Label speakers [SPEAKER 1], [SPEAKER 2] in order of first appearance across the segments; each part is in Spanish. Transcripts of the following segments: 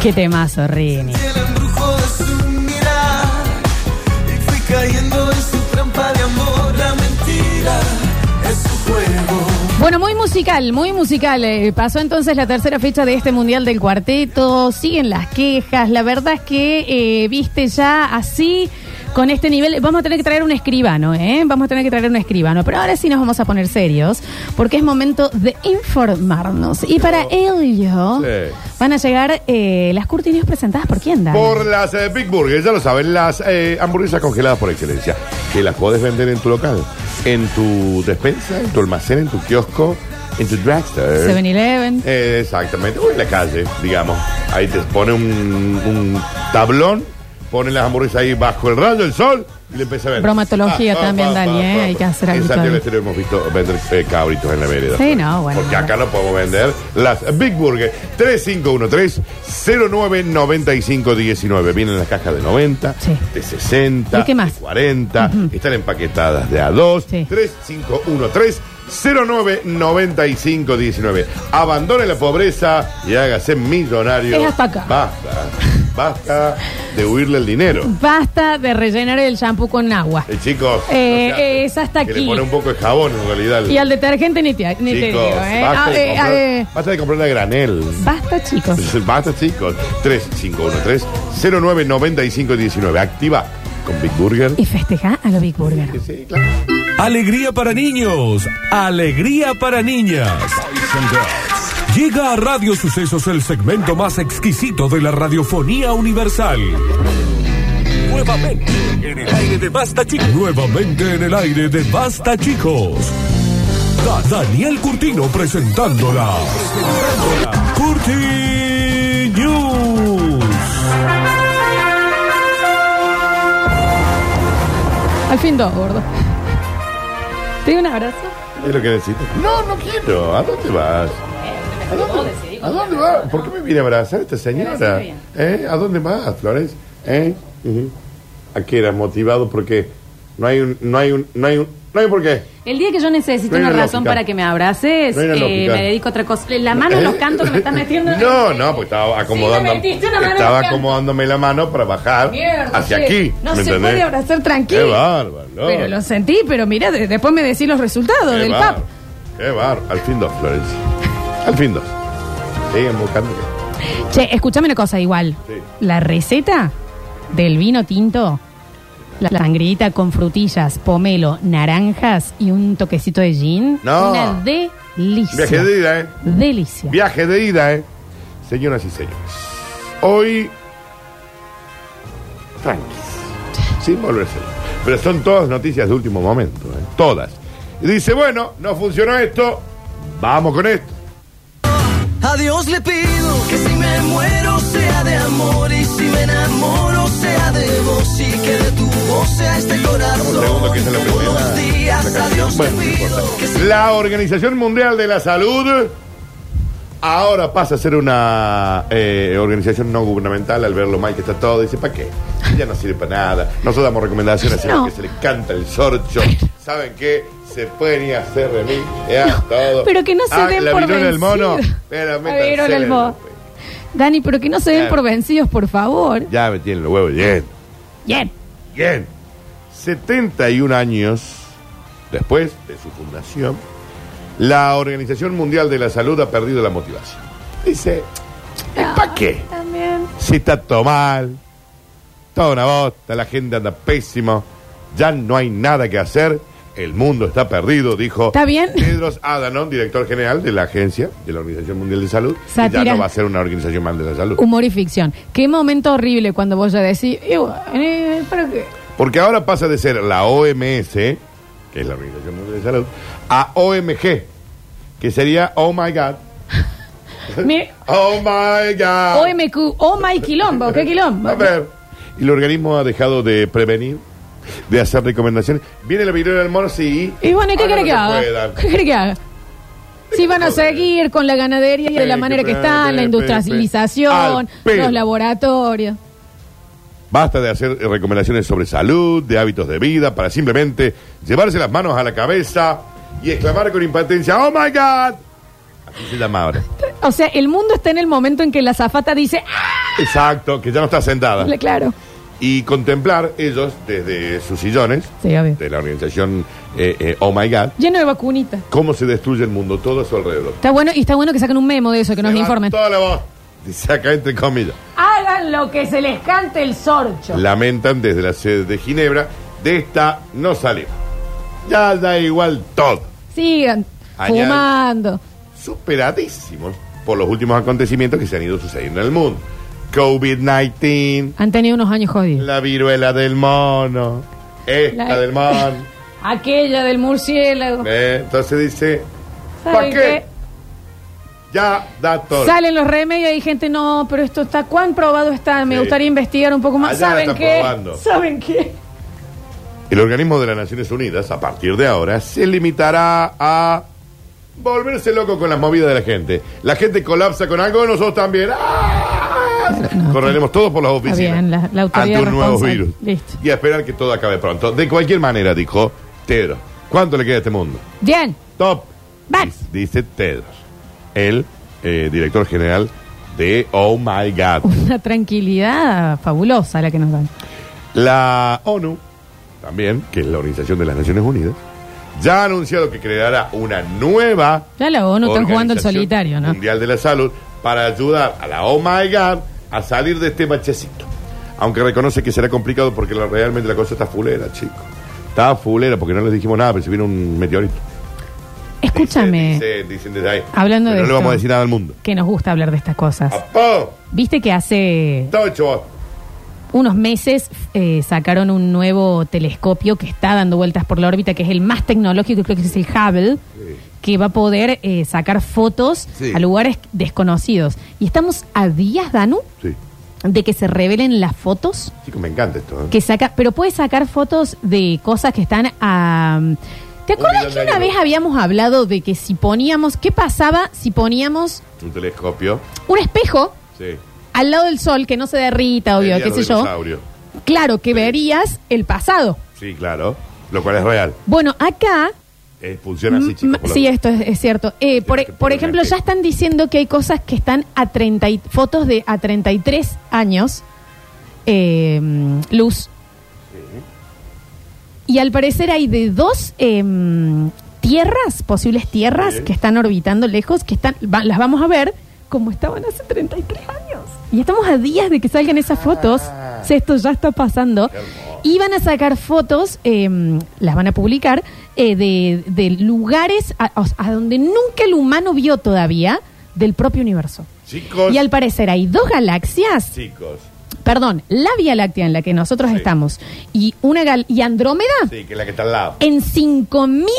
[SPEAKER 1] Qué temazo, Rini.
[SPEAKER 2] Y el embrujo de su mirar y fui cayendo en su trampa de amor. La mentira es su juego.
[SPEAKER 1] Bueno, muy musical, muy musical. Eh, pasó entonces la tercera fecha de este Mundial del Cuarteto, siguen las quejas, la verdad es que eh, viste ya así, con este nivel, vamos a tener que traer un escribano, ¿eh? Vamos a tener que traer un escribano, pero ahora sí nos vamos a poner serios, porque es momento de informarnos. Y para ello
[SPEAKER 3] Sí.
[SPEAKER 1] van a llegar eh, las cortinas presentadas por quién, Dan?
[SPEAKER 3] Por las eh, Big Burgers, ya lo saben, las eh, hamburguesas congeladas por excelencia, que las podés vender en tu local, en tu despensa, en tu almacén, en tu kiosco, en tu drugstore.
[SPEAKER 1] 7-Eleven.
[SPEAKER 3] Eh, exactamente, o en la calle, digamos. Ahí te pone un, un tablón, pone las hamburguesas ahí bajo el rayo del sol y le empieza a vender. Ah,
[SPEAKER 1] Bromatología también, Dani, ¿eh? Hay que hacer algo
[SPEAKER 3] En Santiago del
[SPEAKER 1] también.
[SPEAKER 3] Estero hemos visto vender eh, cabritos en la vereda.
[SPEAKER 1] Sí, no, bueno.
[SPEAKER 3] Porque acá no podemos vender las Big Burger. 3513-099519. Vienen las cajas de 90,
[SPEAKER 1] Sí.
[SPEAKER 3] de 60,
[SPEAKER 1] ¿Y qué más?
[SPEAKER 3] de 40. Están empaquetadas de a 2.
[SPEAKER 1] Sí.
[SPEAKER 3] 3513-099519. Abandone la pobreza y hágase millonario.
[SPEAKER 1] Es hasta acá.
[SPEAKER 3] Basta. Basta de huirle el dinero.
[SPEAKER 1] Basta de rellenar el shampoo con agua.
[SPEAKER 3] Eh, chicos,
[SPEAKER 1] Eh,
[SPEAKER 3] no se
[SPEAKER 1] eh,
[SPEAKER 3] hace.
[SPEAKER 1] es hasta
[SPEAKER 3] Que
[SPEAKER 1] aquí.
[SPEAKER 3] le pone un poco de jabón en realidad.
[SPEAKER 1] Y al detergente ni te, ni te
[SPEAKER 3] Chicos,
[SPEAKER 1] digo, ¿eh?
[SPEAKER 3] basta,
[SPEAKER 1] Ah,
[SPEAKER 3] de
[SPEAKER 1] eh,
[SPEAKER 3] comprar,
[SPEAKER 1] ah, eh.
[SPEAKER 3] basta de comprar la granel.
[SPEAKER 1] Basta, chicos.
[SPEAKER 3] Basta, chicos. 3513-099519. Activa con Big Burger.
[SPEAKER 1] Y festeja a lo Big Burger.
[SPEAKER 3] Sí, claro.
[SPEAKER 4] Alegría para niños, alegría para niñas. Llega a Radio Sucesos el segmento más exquisito de la radiofonía universal. Nuevamente en el aire de Basta Chicos. Nuevamente en el aire de Basta Chicos. Da- Daniel Curtino presentándola. Curti News.
[SPEAKER 1] Al fin dos, gordo. ¿Te doy un abrazo?
[SPEAKER 3] Es lo que necesito. No, no quiero. ¿A dónde vas? ¿A dónde, ¿A dónde vas? ¿Por qué me viene a abrazar esta señora? ¿Eh? ¿A dónde vas, Flores? ¿Eh? Ujú. ¿A qué eras motivado? Porque no hay un, no hay un, no hay un, no hay por qué.
[SPEAKER 5] El día que yo necesito
[SPEAKER 3] No hay
[SPEAKER 5] una
[SPEAKER 3] una
[SPEAKER 5] razón
[SPEAKER 3] lógica.
[SPEAKER 5] para que me abraces,
[SPEAKER 3] No hay una
[SPEAKER 5] eh,
[SPEAKER 3] lógica.
[SPEAKER 5] me dedico a otra cosa. La
[SPEAKER 1] Ah,
[SPEAKER 5] mano en los cantos que me estás metiendo.
[SPEAKER 3] ¿Eh? No, no, pues estaba acomodando.
[SPEAKER 5] Sí, me metiste una mano en
[SPEAKER 3] estaba
[SPEAKER 5] el canto.
[SPEAKER 3] acomodándome la mano para bajar
[SPEAKER 1] Mierda,
[SPEAKER 3] hacia
[SPEAKER 1] che.
[SPEAKER 3] aquí.
[SPEAKER 1] No
[SPEAKER 3] ¿me
[SPEAKER 1] se
[SPEAKER 3] entendés?
[SPEAKER 1] puede abrazar tranquilo.
[SPEAKER 3] Qué bárbaro. no.
[SPEAKER 1] Pero lo sentí, pero mira, de- después me decís los resultados
[SPEAKER 3] Qué
[SPEAKER 1] del
[SPEAKER 3] bar,
[SPEAKER 1] PAP.
[SPEAKER 3] Qué bar. Al fin dos, Flores. Al fin dos. Sigan buscando.
[SPEAKER 1] Che, escúchame una cosa igual.
[SPEAKER 3] Sí.
[SPEAKER 1] La receta del vino tinto, la sangrita con frutillas, pomelo, naranjas y un toquecito de gin.
[SPEAKER 3] No.
[SPEAKER 1] Una delicia.
[SPEAKER 3] Viaje de ida, ¿eh?
[SPEAKER 1] Delicia.
[SPEAKER 3] Viaje de ida, ¿eh? Señoras y señores. Hoy. Tranquis. Sin volverse. Pero son todas noticias de último momento, ¿eh? Todas. Y dice, bueno, no funcionó esto. Vamos con esto.
[SPEAKER 2] A Dios le pido que si me muero sea de amor y si me enamoro sea de vos y que de tu voz sea este corazón.
[SPEAKER 3] Un segundo, que esa es la
[SPEAKER 2] Todos
[SPEAKER 3] primera.
[SPEAKER 2] los días a Dios
[SPEAKER 3] Bueno, no
[SPEAKER 2] le
[SPEAKER 3] importa.
[SPEAKER 2] pido que si
[SPEAKER 3] La Organización Mundial de la Salud ahora pasa a ser una eh, organización no gubernamental al ver lo mal que está todo. Dice, ¿para qué? Ya no sirve para nada. Nosotros damos recomendaciones, sino
[SPEAKER 1] No.
[SPEAKER 3] que se le canta el sorcho. ¿Saben qué? Se pueden ir a hacer de mí, eh, todo.
[SPEAKER 1] pero que no se
[SPEAKER 3] Ah,
[SPEAKER 1] den
[SPEAKER 3] la
[SPEAKER 1] por
[SPEAKER 3] virola del mono.
[SPEAKER 1] vencido.
[SPEAKER 3] Pero
[SPEAKER 1] La
[SPEAKER 3] métanse
[SPEAKER 1] virola del
[SPEAKER 3] en
[SPEAKER 1] mono.
[SPEAKER 3] el- pues.
[SPEAKER 1] Dani, pero que no se den
[SPEAKER 3] Claro.
[SPEAKER 1] por vencidos, por favor.
[SPEAKER 3] Ya me tienen los huevos llenos.
[SPEAKER 1] Bien.
[SPEAKER 3] Bien. 71 años después de su fundación, la Organización Mundial de la Salud ha perdido la motivación. Dice, ¿para qué?
[SPEAKER 1] También.
[SPEAKER 3] Si está todo mal, toda una bosta, la gente anda pésimo, ya no hay nada que hacer, el mundo está perdido, dijo
[SPEAKER 1] ¿Está bien?
[SPEAKER 3] Pedros Adanon, director general de la agencia de la Organización Mundial de Salud, que ya
[SPEAKER 1] Sátira.
[SPEAKER 3] no va a ser una organización más de la salud.
[SPEAKER 1] Humor y ficción. Qué momento horrible cuando vos ya decís, "Eh, bueno, eh, ¿para qué?
[SPEAKER 3] Porque ahora pasa de ser la OMS, que es la Organización Mundial de Salud, a OMG, que sería Oh My God.
[SPEAKER 1] Mi-
[SPEAKER 3] Oh My God.
[SPEAKER 1] OMQ, oh my quilombo, qué quilombo.
[SPEAKER 3] Ah. A ver. Y el organismo ha dejado de prevenir, de hacer recomendaciones. Viene la viruela del mono, sí.
[SPEAKER 1] Y bueno, ¿y qué
[SPEAKER 3] Hagan
[SPEAKER 1] quiere
[SPEAKER 3] lo
[SPEAKER 1] que haga?
[SPEAKER 3] puedan.
[SPEAKER 1] ¿Qué quiere que haga? Si van a seguir con la ganadería de la
[SPEAKER 3] Pepe,
[SPEAKER 1] manera que están,
[SPEAKER 3] Pepe,
[SPEAKER 1] la industrialización,
[SPEAKER 3] Pepe. Al
[SPEAKER 1] los
[SPEAKER 3] pelo.
[SPEAKER 1] laboratorios.
[SPEAKER 3] Basta de hacer eh, recomendaciones sobre salud, de hábitos de vida, para simplemente llevarse las manos a la cabeza y exclamar con impotencia, ¡Oh my God! Así se llama ahora.
[SPEAKER 1] O sea, el mundo está en el momento en que la zafata dice, ¡ah!
[SPEAKER 3] Exacto, que ya no está sentada.
[SPEAKER 1] Le- Claro.
[SPEAKER 3] Y contemplar ellos desde sus sillones
[SPEAKER 1] Sí, obvio.
[SPEAKER 3] de la organización eh, eh, Oh My God,
[SPEAKER 1] Lleno de vacunita.
[SPEAKER 3] cómo se destruye el mundo, todo a su alrededor.
[SPEAKER 1] Está bueno, y está bueno que saquen un memo de eso, que nos
[SPEAKER 3] Levantó
[SPEAKER 1] informen.
[SPEAKER 3] la voz. Dice acá entre comillas.
[SPEAKER 1] Hagan lo que se les cante el sorcho.
[SPEAKER 3] Lamentan desde la sede de Ginebra, de esta no salimos. Ya da igual todo.
[SPEAKER 1] Sigan
[SPEAKER 3] Añade-
[SPEAKER 1] fumando.
[SPEAKER 3] Superadísimos por los últimos acontecimientos que se han ido sucediendo en el mundo. COVID-19,
[SPEAKER 1] Han tenido unos años jodidos.
[SPEAKER 3] la viruela del mono, esta
[SPEAKER 1] La-
[SPEAKER 3] del mono.
[SPEAKER 1] Aquella del murciélago.
[SPEAKER 3] Eh, Entonces dice, ¿para
[SPEAKER 1] ¿Saben
[SPEAKER 3] qué?
[SPEAKER 1] qué?
[SPEAKER 3] Ya da todo.
[SPEAKER 1] Salen los remedios y hay gente, no, pero esto está, ¿cuán probado está? Me
[SPEAKER 3] Sí.
[SPEAKER 1] gustaría investigar un poco más.
[SPEAKER 3] Allá
[SPEAKER 1] ¿Saben
[SPEAKER 3] está
[SPEAKER 1] qué?
[SPEAKER 3] probando.
[SPEAKER 1] ¿Saben qué?
[SPEAKER 3] El organismo de las Naciones Unidas, a partir de ahora, se limitará a volverse loco con las movidas de la gente. La gente colapsa con algo, nosotros también. ¡Ah! Correremos todos por las oficinas.
[SPEAKER 1] bien, la- la autoridad
[SPEAKER 3] ante un nuevo
[SPEAKER 1] responsable.
[SPEAKER 3] virus.
[SPEAKER 1] Listo.
[SPEAKER 3] Y a esperar que todo acabe pronto. De cualquier manera, dijo Tedros. ¿Cuánto le queda a este mundo?
[SPEAKER 1] Bien.
[SPEAKER 3] Top.
[SPEAKER 1] Vas.
[SPEAKER 3] Dice Tedros, el eh, director general de Oh My God.
[SPEAKER 1] Una tranquilidad fabulosa la que nos dan.
[SPEAKER 3] La ONU, también, que es la Organización de las Naciones Unidas, ya ha anunciado que creará una nueva.
[SPEAKER 1] Ya la ONU están jugando el
[SPEAKER 3] Organización
[SPEAKER 1] solitario, ¿no?
[SPEAKER 3] Mundial de la Salud para ayudar a la Oh My God a salir de este bachecito. Aunque reconoce que será complicado porque la- realmente la cosa está fulera, chicos. Está fulera porque no les dijimos nada, pero se viene un meteorito. Eh,
[SPEAKER 1] Escúchame,
[SPEAKER 3] Dicen, dicen desde ahí.
[SPEAKER 1] Hablando
[SPEAKER 3] Pero
[SPEAKER 1] de
[SPEAKER 3] No
[SPEAKER 1] esto.
[SPEAKER 3] le vamos a decir nada al mundo. Ah.
[SPEAKER 1] que nos gusta hablar de estas cosas.
[SPEAKER 3] ¡Apó!
[SPEAKER 1] Viste que hace
[SPEAKER 3] Está hecho vos.
[SPEAKER 1] unos meses eh, sacaron un nuevo telescopio que está dando vueltas por la órbita, que es el más tecnológico, creo que es el Hubble, que va a poder eh, sacar fotos
[SPEAKER 3] Sí.
[SPEAKER 1] a lugares desconocidos. Y estamos a días, Danu,
[SPEAKER 3] Sí.
[SPEAKER 1] de que se revelen las fotos
[SPEAKER 3] Chicos, me encanta esto. ¿eh?
[SPEAKER 1] que saca, pero puedes sacar fotos de cosas que están a... ¿Te acuerdas
[SPEAKER 3] millón
[SPEAKER 1] que
[SPEAKER 3] de
[SPEAKER 1] una
[SPEAKER 3] años
[SPEAKER 1] vez
[SPEAKER 3] luz.
[SPEAKER 1] habíamos hablado de que si poníamos, qué pasaba si poníamos
[SPEAKER 3] Un telescopio.
[SPEAKER 1] un espejo
[SPEAKER 3] Sí.
[SPEAKER 1] al lado del sol que no se derrita, obvio,
[SPEAKER 3] Vería
[SPEAKER 1] qué
[SPEAKER 3] los
[SPEAKER 1] sé yo?
[SPEAKER 3] dinosaurios.
[SPEAKER 1] Claro, que verías el pasado.
[SPEAKER 3] Sí, claro. Lo cual es real.
[SPEAKER 1] Bueno, acá...
[SPEAKER 3] Eh, funciona así,
[SPEAKER 1] mm,
[SPEAKER 3] chicos. por
[SPEAKER 1] mm,
[SPEAKER 3] lo
[SPEAKER 1] Sí,
[SPEAKER 3] menos.
[SPEAKER 1] esto es, es cierto. Eh, por,
[SPEAKER 3] que poner
[SPEAKER 1] por
[SPEAKER 3] un
[SPEAKER 1] ejemplo, ya
[SPEAKER 3] espejo.
[SPEAKER 1] están diciendo que hay cosas que están a 30, y- fotos de a 33 años eh, luz. Y al parecer hay de dos em, tierras, posibles tierras,
[SPEAKER 3] Sí.
[SPEAKER 1] que están orbitando lejos, que están va- las vamos a ver como estaban hace 33 años. Y estamos a días de que salgan esas fotos. Sí, Esto ya está pasando.
[SPEAKER 3] Ah. Qué hermoso.
[SPEAKER 1] Y van a sacar fotos, em, las van a publicar, eh, de, de lugares a, a- a donde nunca el humano vio todavía del propio universo.
[SPEAKER 3] Chicos.
[SPEAKER 1] Y al parecer hay dos galaxias
[SPEAKER 3] Chicos.
[SPEAKER 1] perdón, la Vía Láctea en la que nosotros
[SPEAKER 3] Sí.
[SPEAKER 1] estamos y una gal- y Andrómeda
[SPEAKER 3] Sí, que es la que está al lado.
[SPEAKER 1] en 5000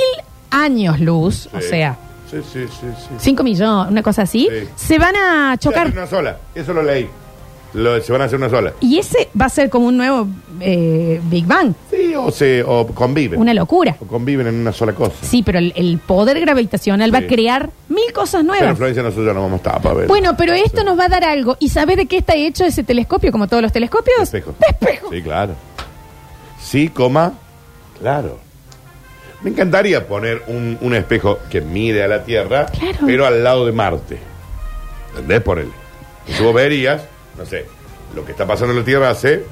[SPEAKER 1] años luz, Eh, o
[SPEAKER 3] Sí.
[SPEAKER 1] sea,
[SPEAKER 3] Sí, sí, sí, sí.
[SPEAKER 1] 5 millones, una cosa así,
[SPEAKER 3] Sí.
[SPEAKER 1] se van a chocar.
[SPEAKER 3] Se hacen Una sola. Eso lo leí. Lo- se van a hacer una sola.
[SPEAKER 1] Y ese va a ser como un nuevo eh, Big Bang,
[SPEAKER 3] Sí, o, se, o conviven.
[SPEAKER 1] una locura.
[SPEAKER 3] O conviven en una sola cosa.
[SPEAKER 1] Sí, pero el, el poder gravitacional va a
[SPEAKER 3] Sí.
[SPEAKER 1] crear mil cosas
[SPEAKER 3] Pero
[SPEAKER 1] nuevas.
[SPEAKER 3] Florencia, nosotros ya no vamos a estar para ver.
[SPEAKER 1] bueno, pero esto
[SPEAKER 3] Sí.
[SPEAKER 1] nos va a dar algo. ¿Y sabes de qué está hecho ese telescopio, como todos los telescopios?
[SPEAKER 3] De espejo.
[SPEAKER 1] De espejo.
[SPEAKER 3] Sí, claro. Sí, coma. Claro. Me encantaría poner un, un espejo que mire a la Tierra,
[SPEAKER 1] Claro.
[SPEAKER 3] pero al lado de Marte. ¿Entendés? Ponele. Entonces vos verías, no sé, lo que está pasando en la Tierra hace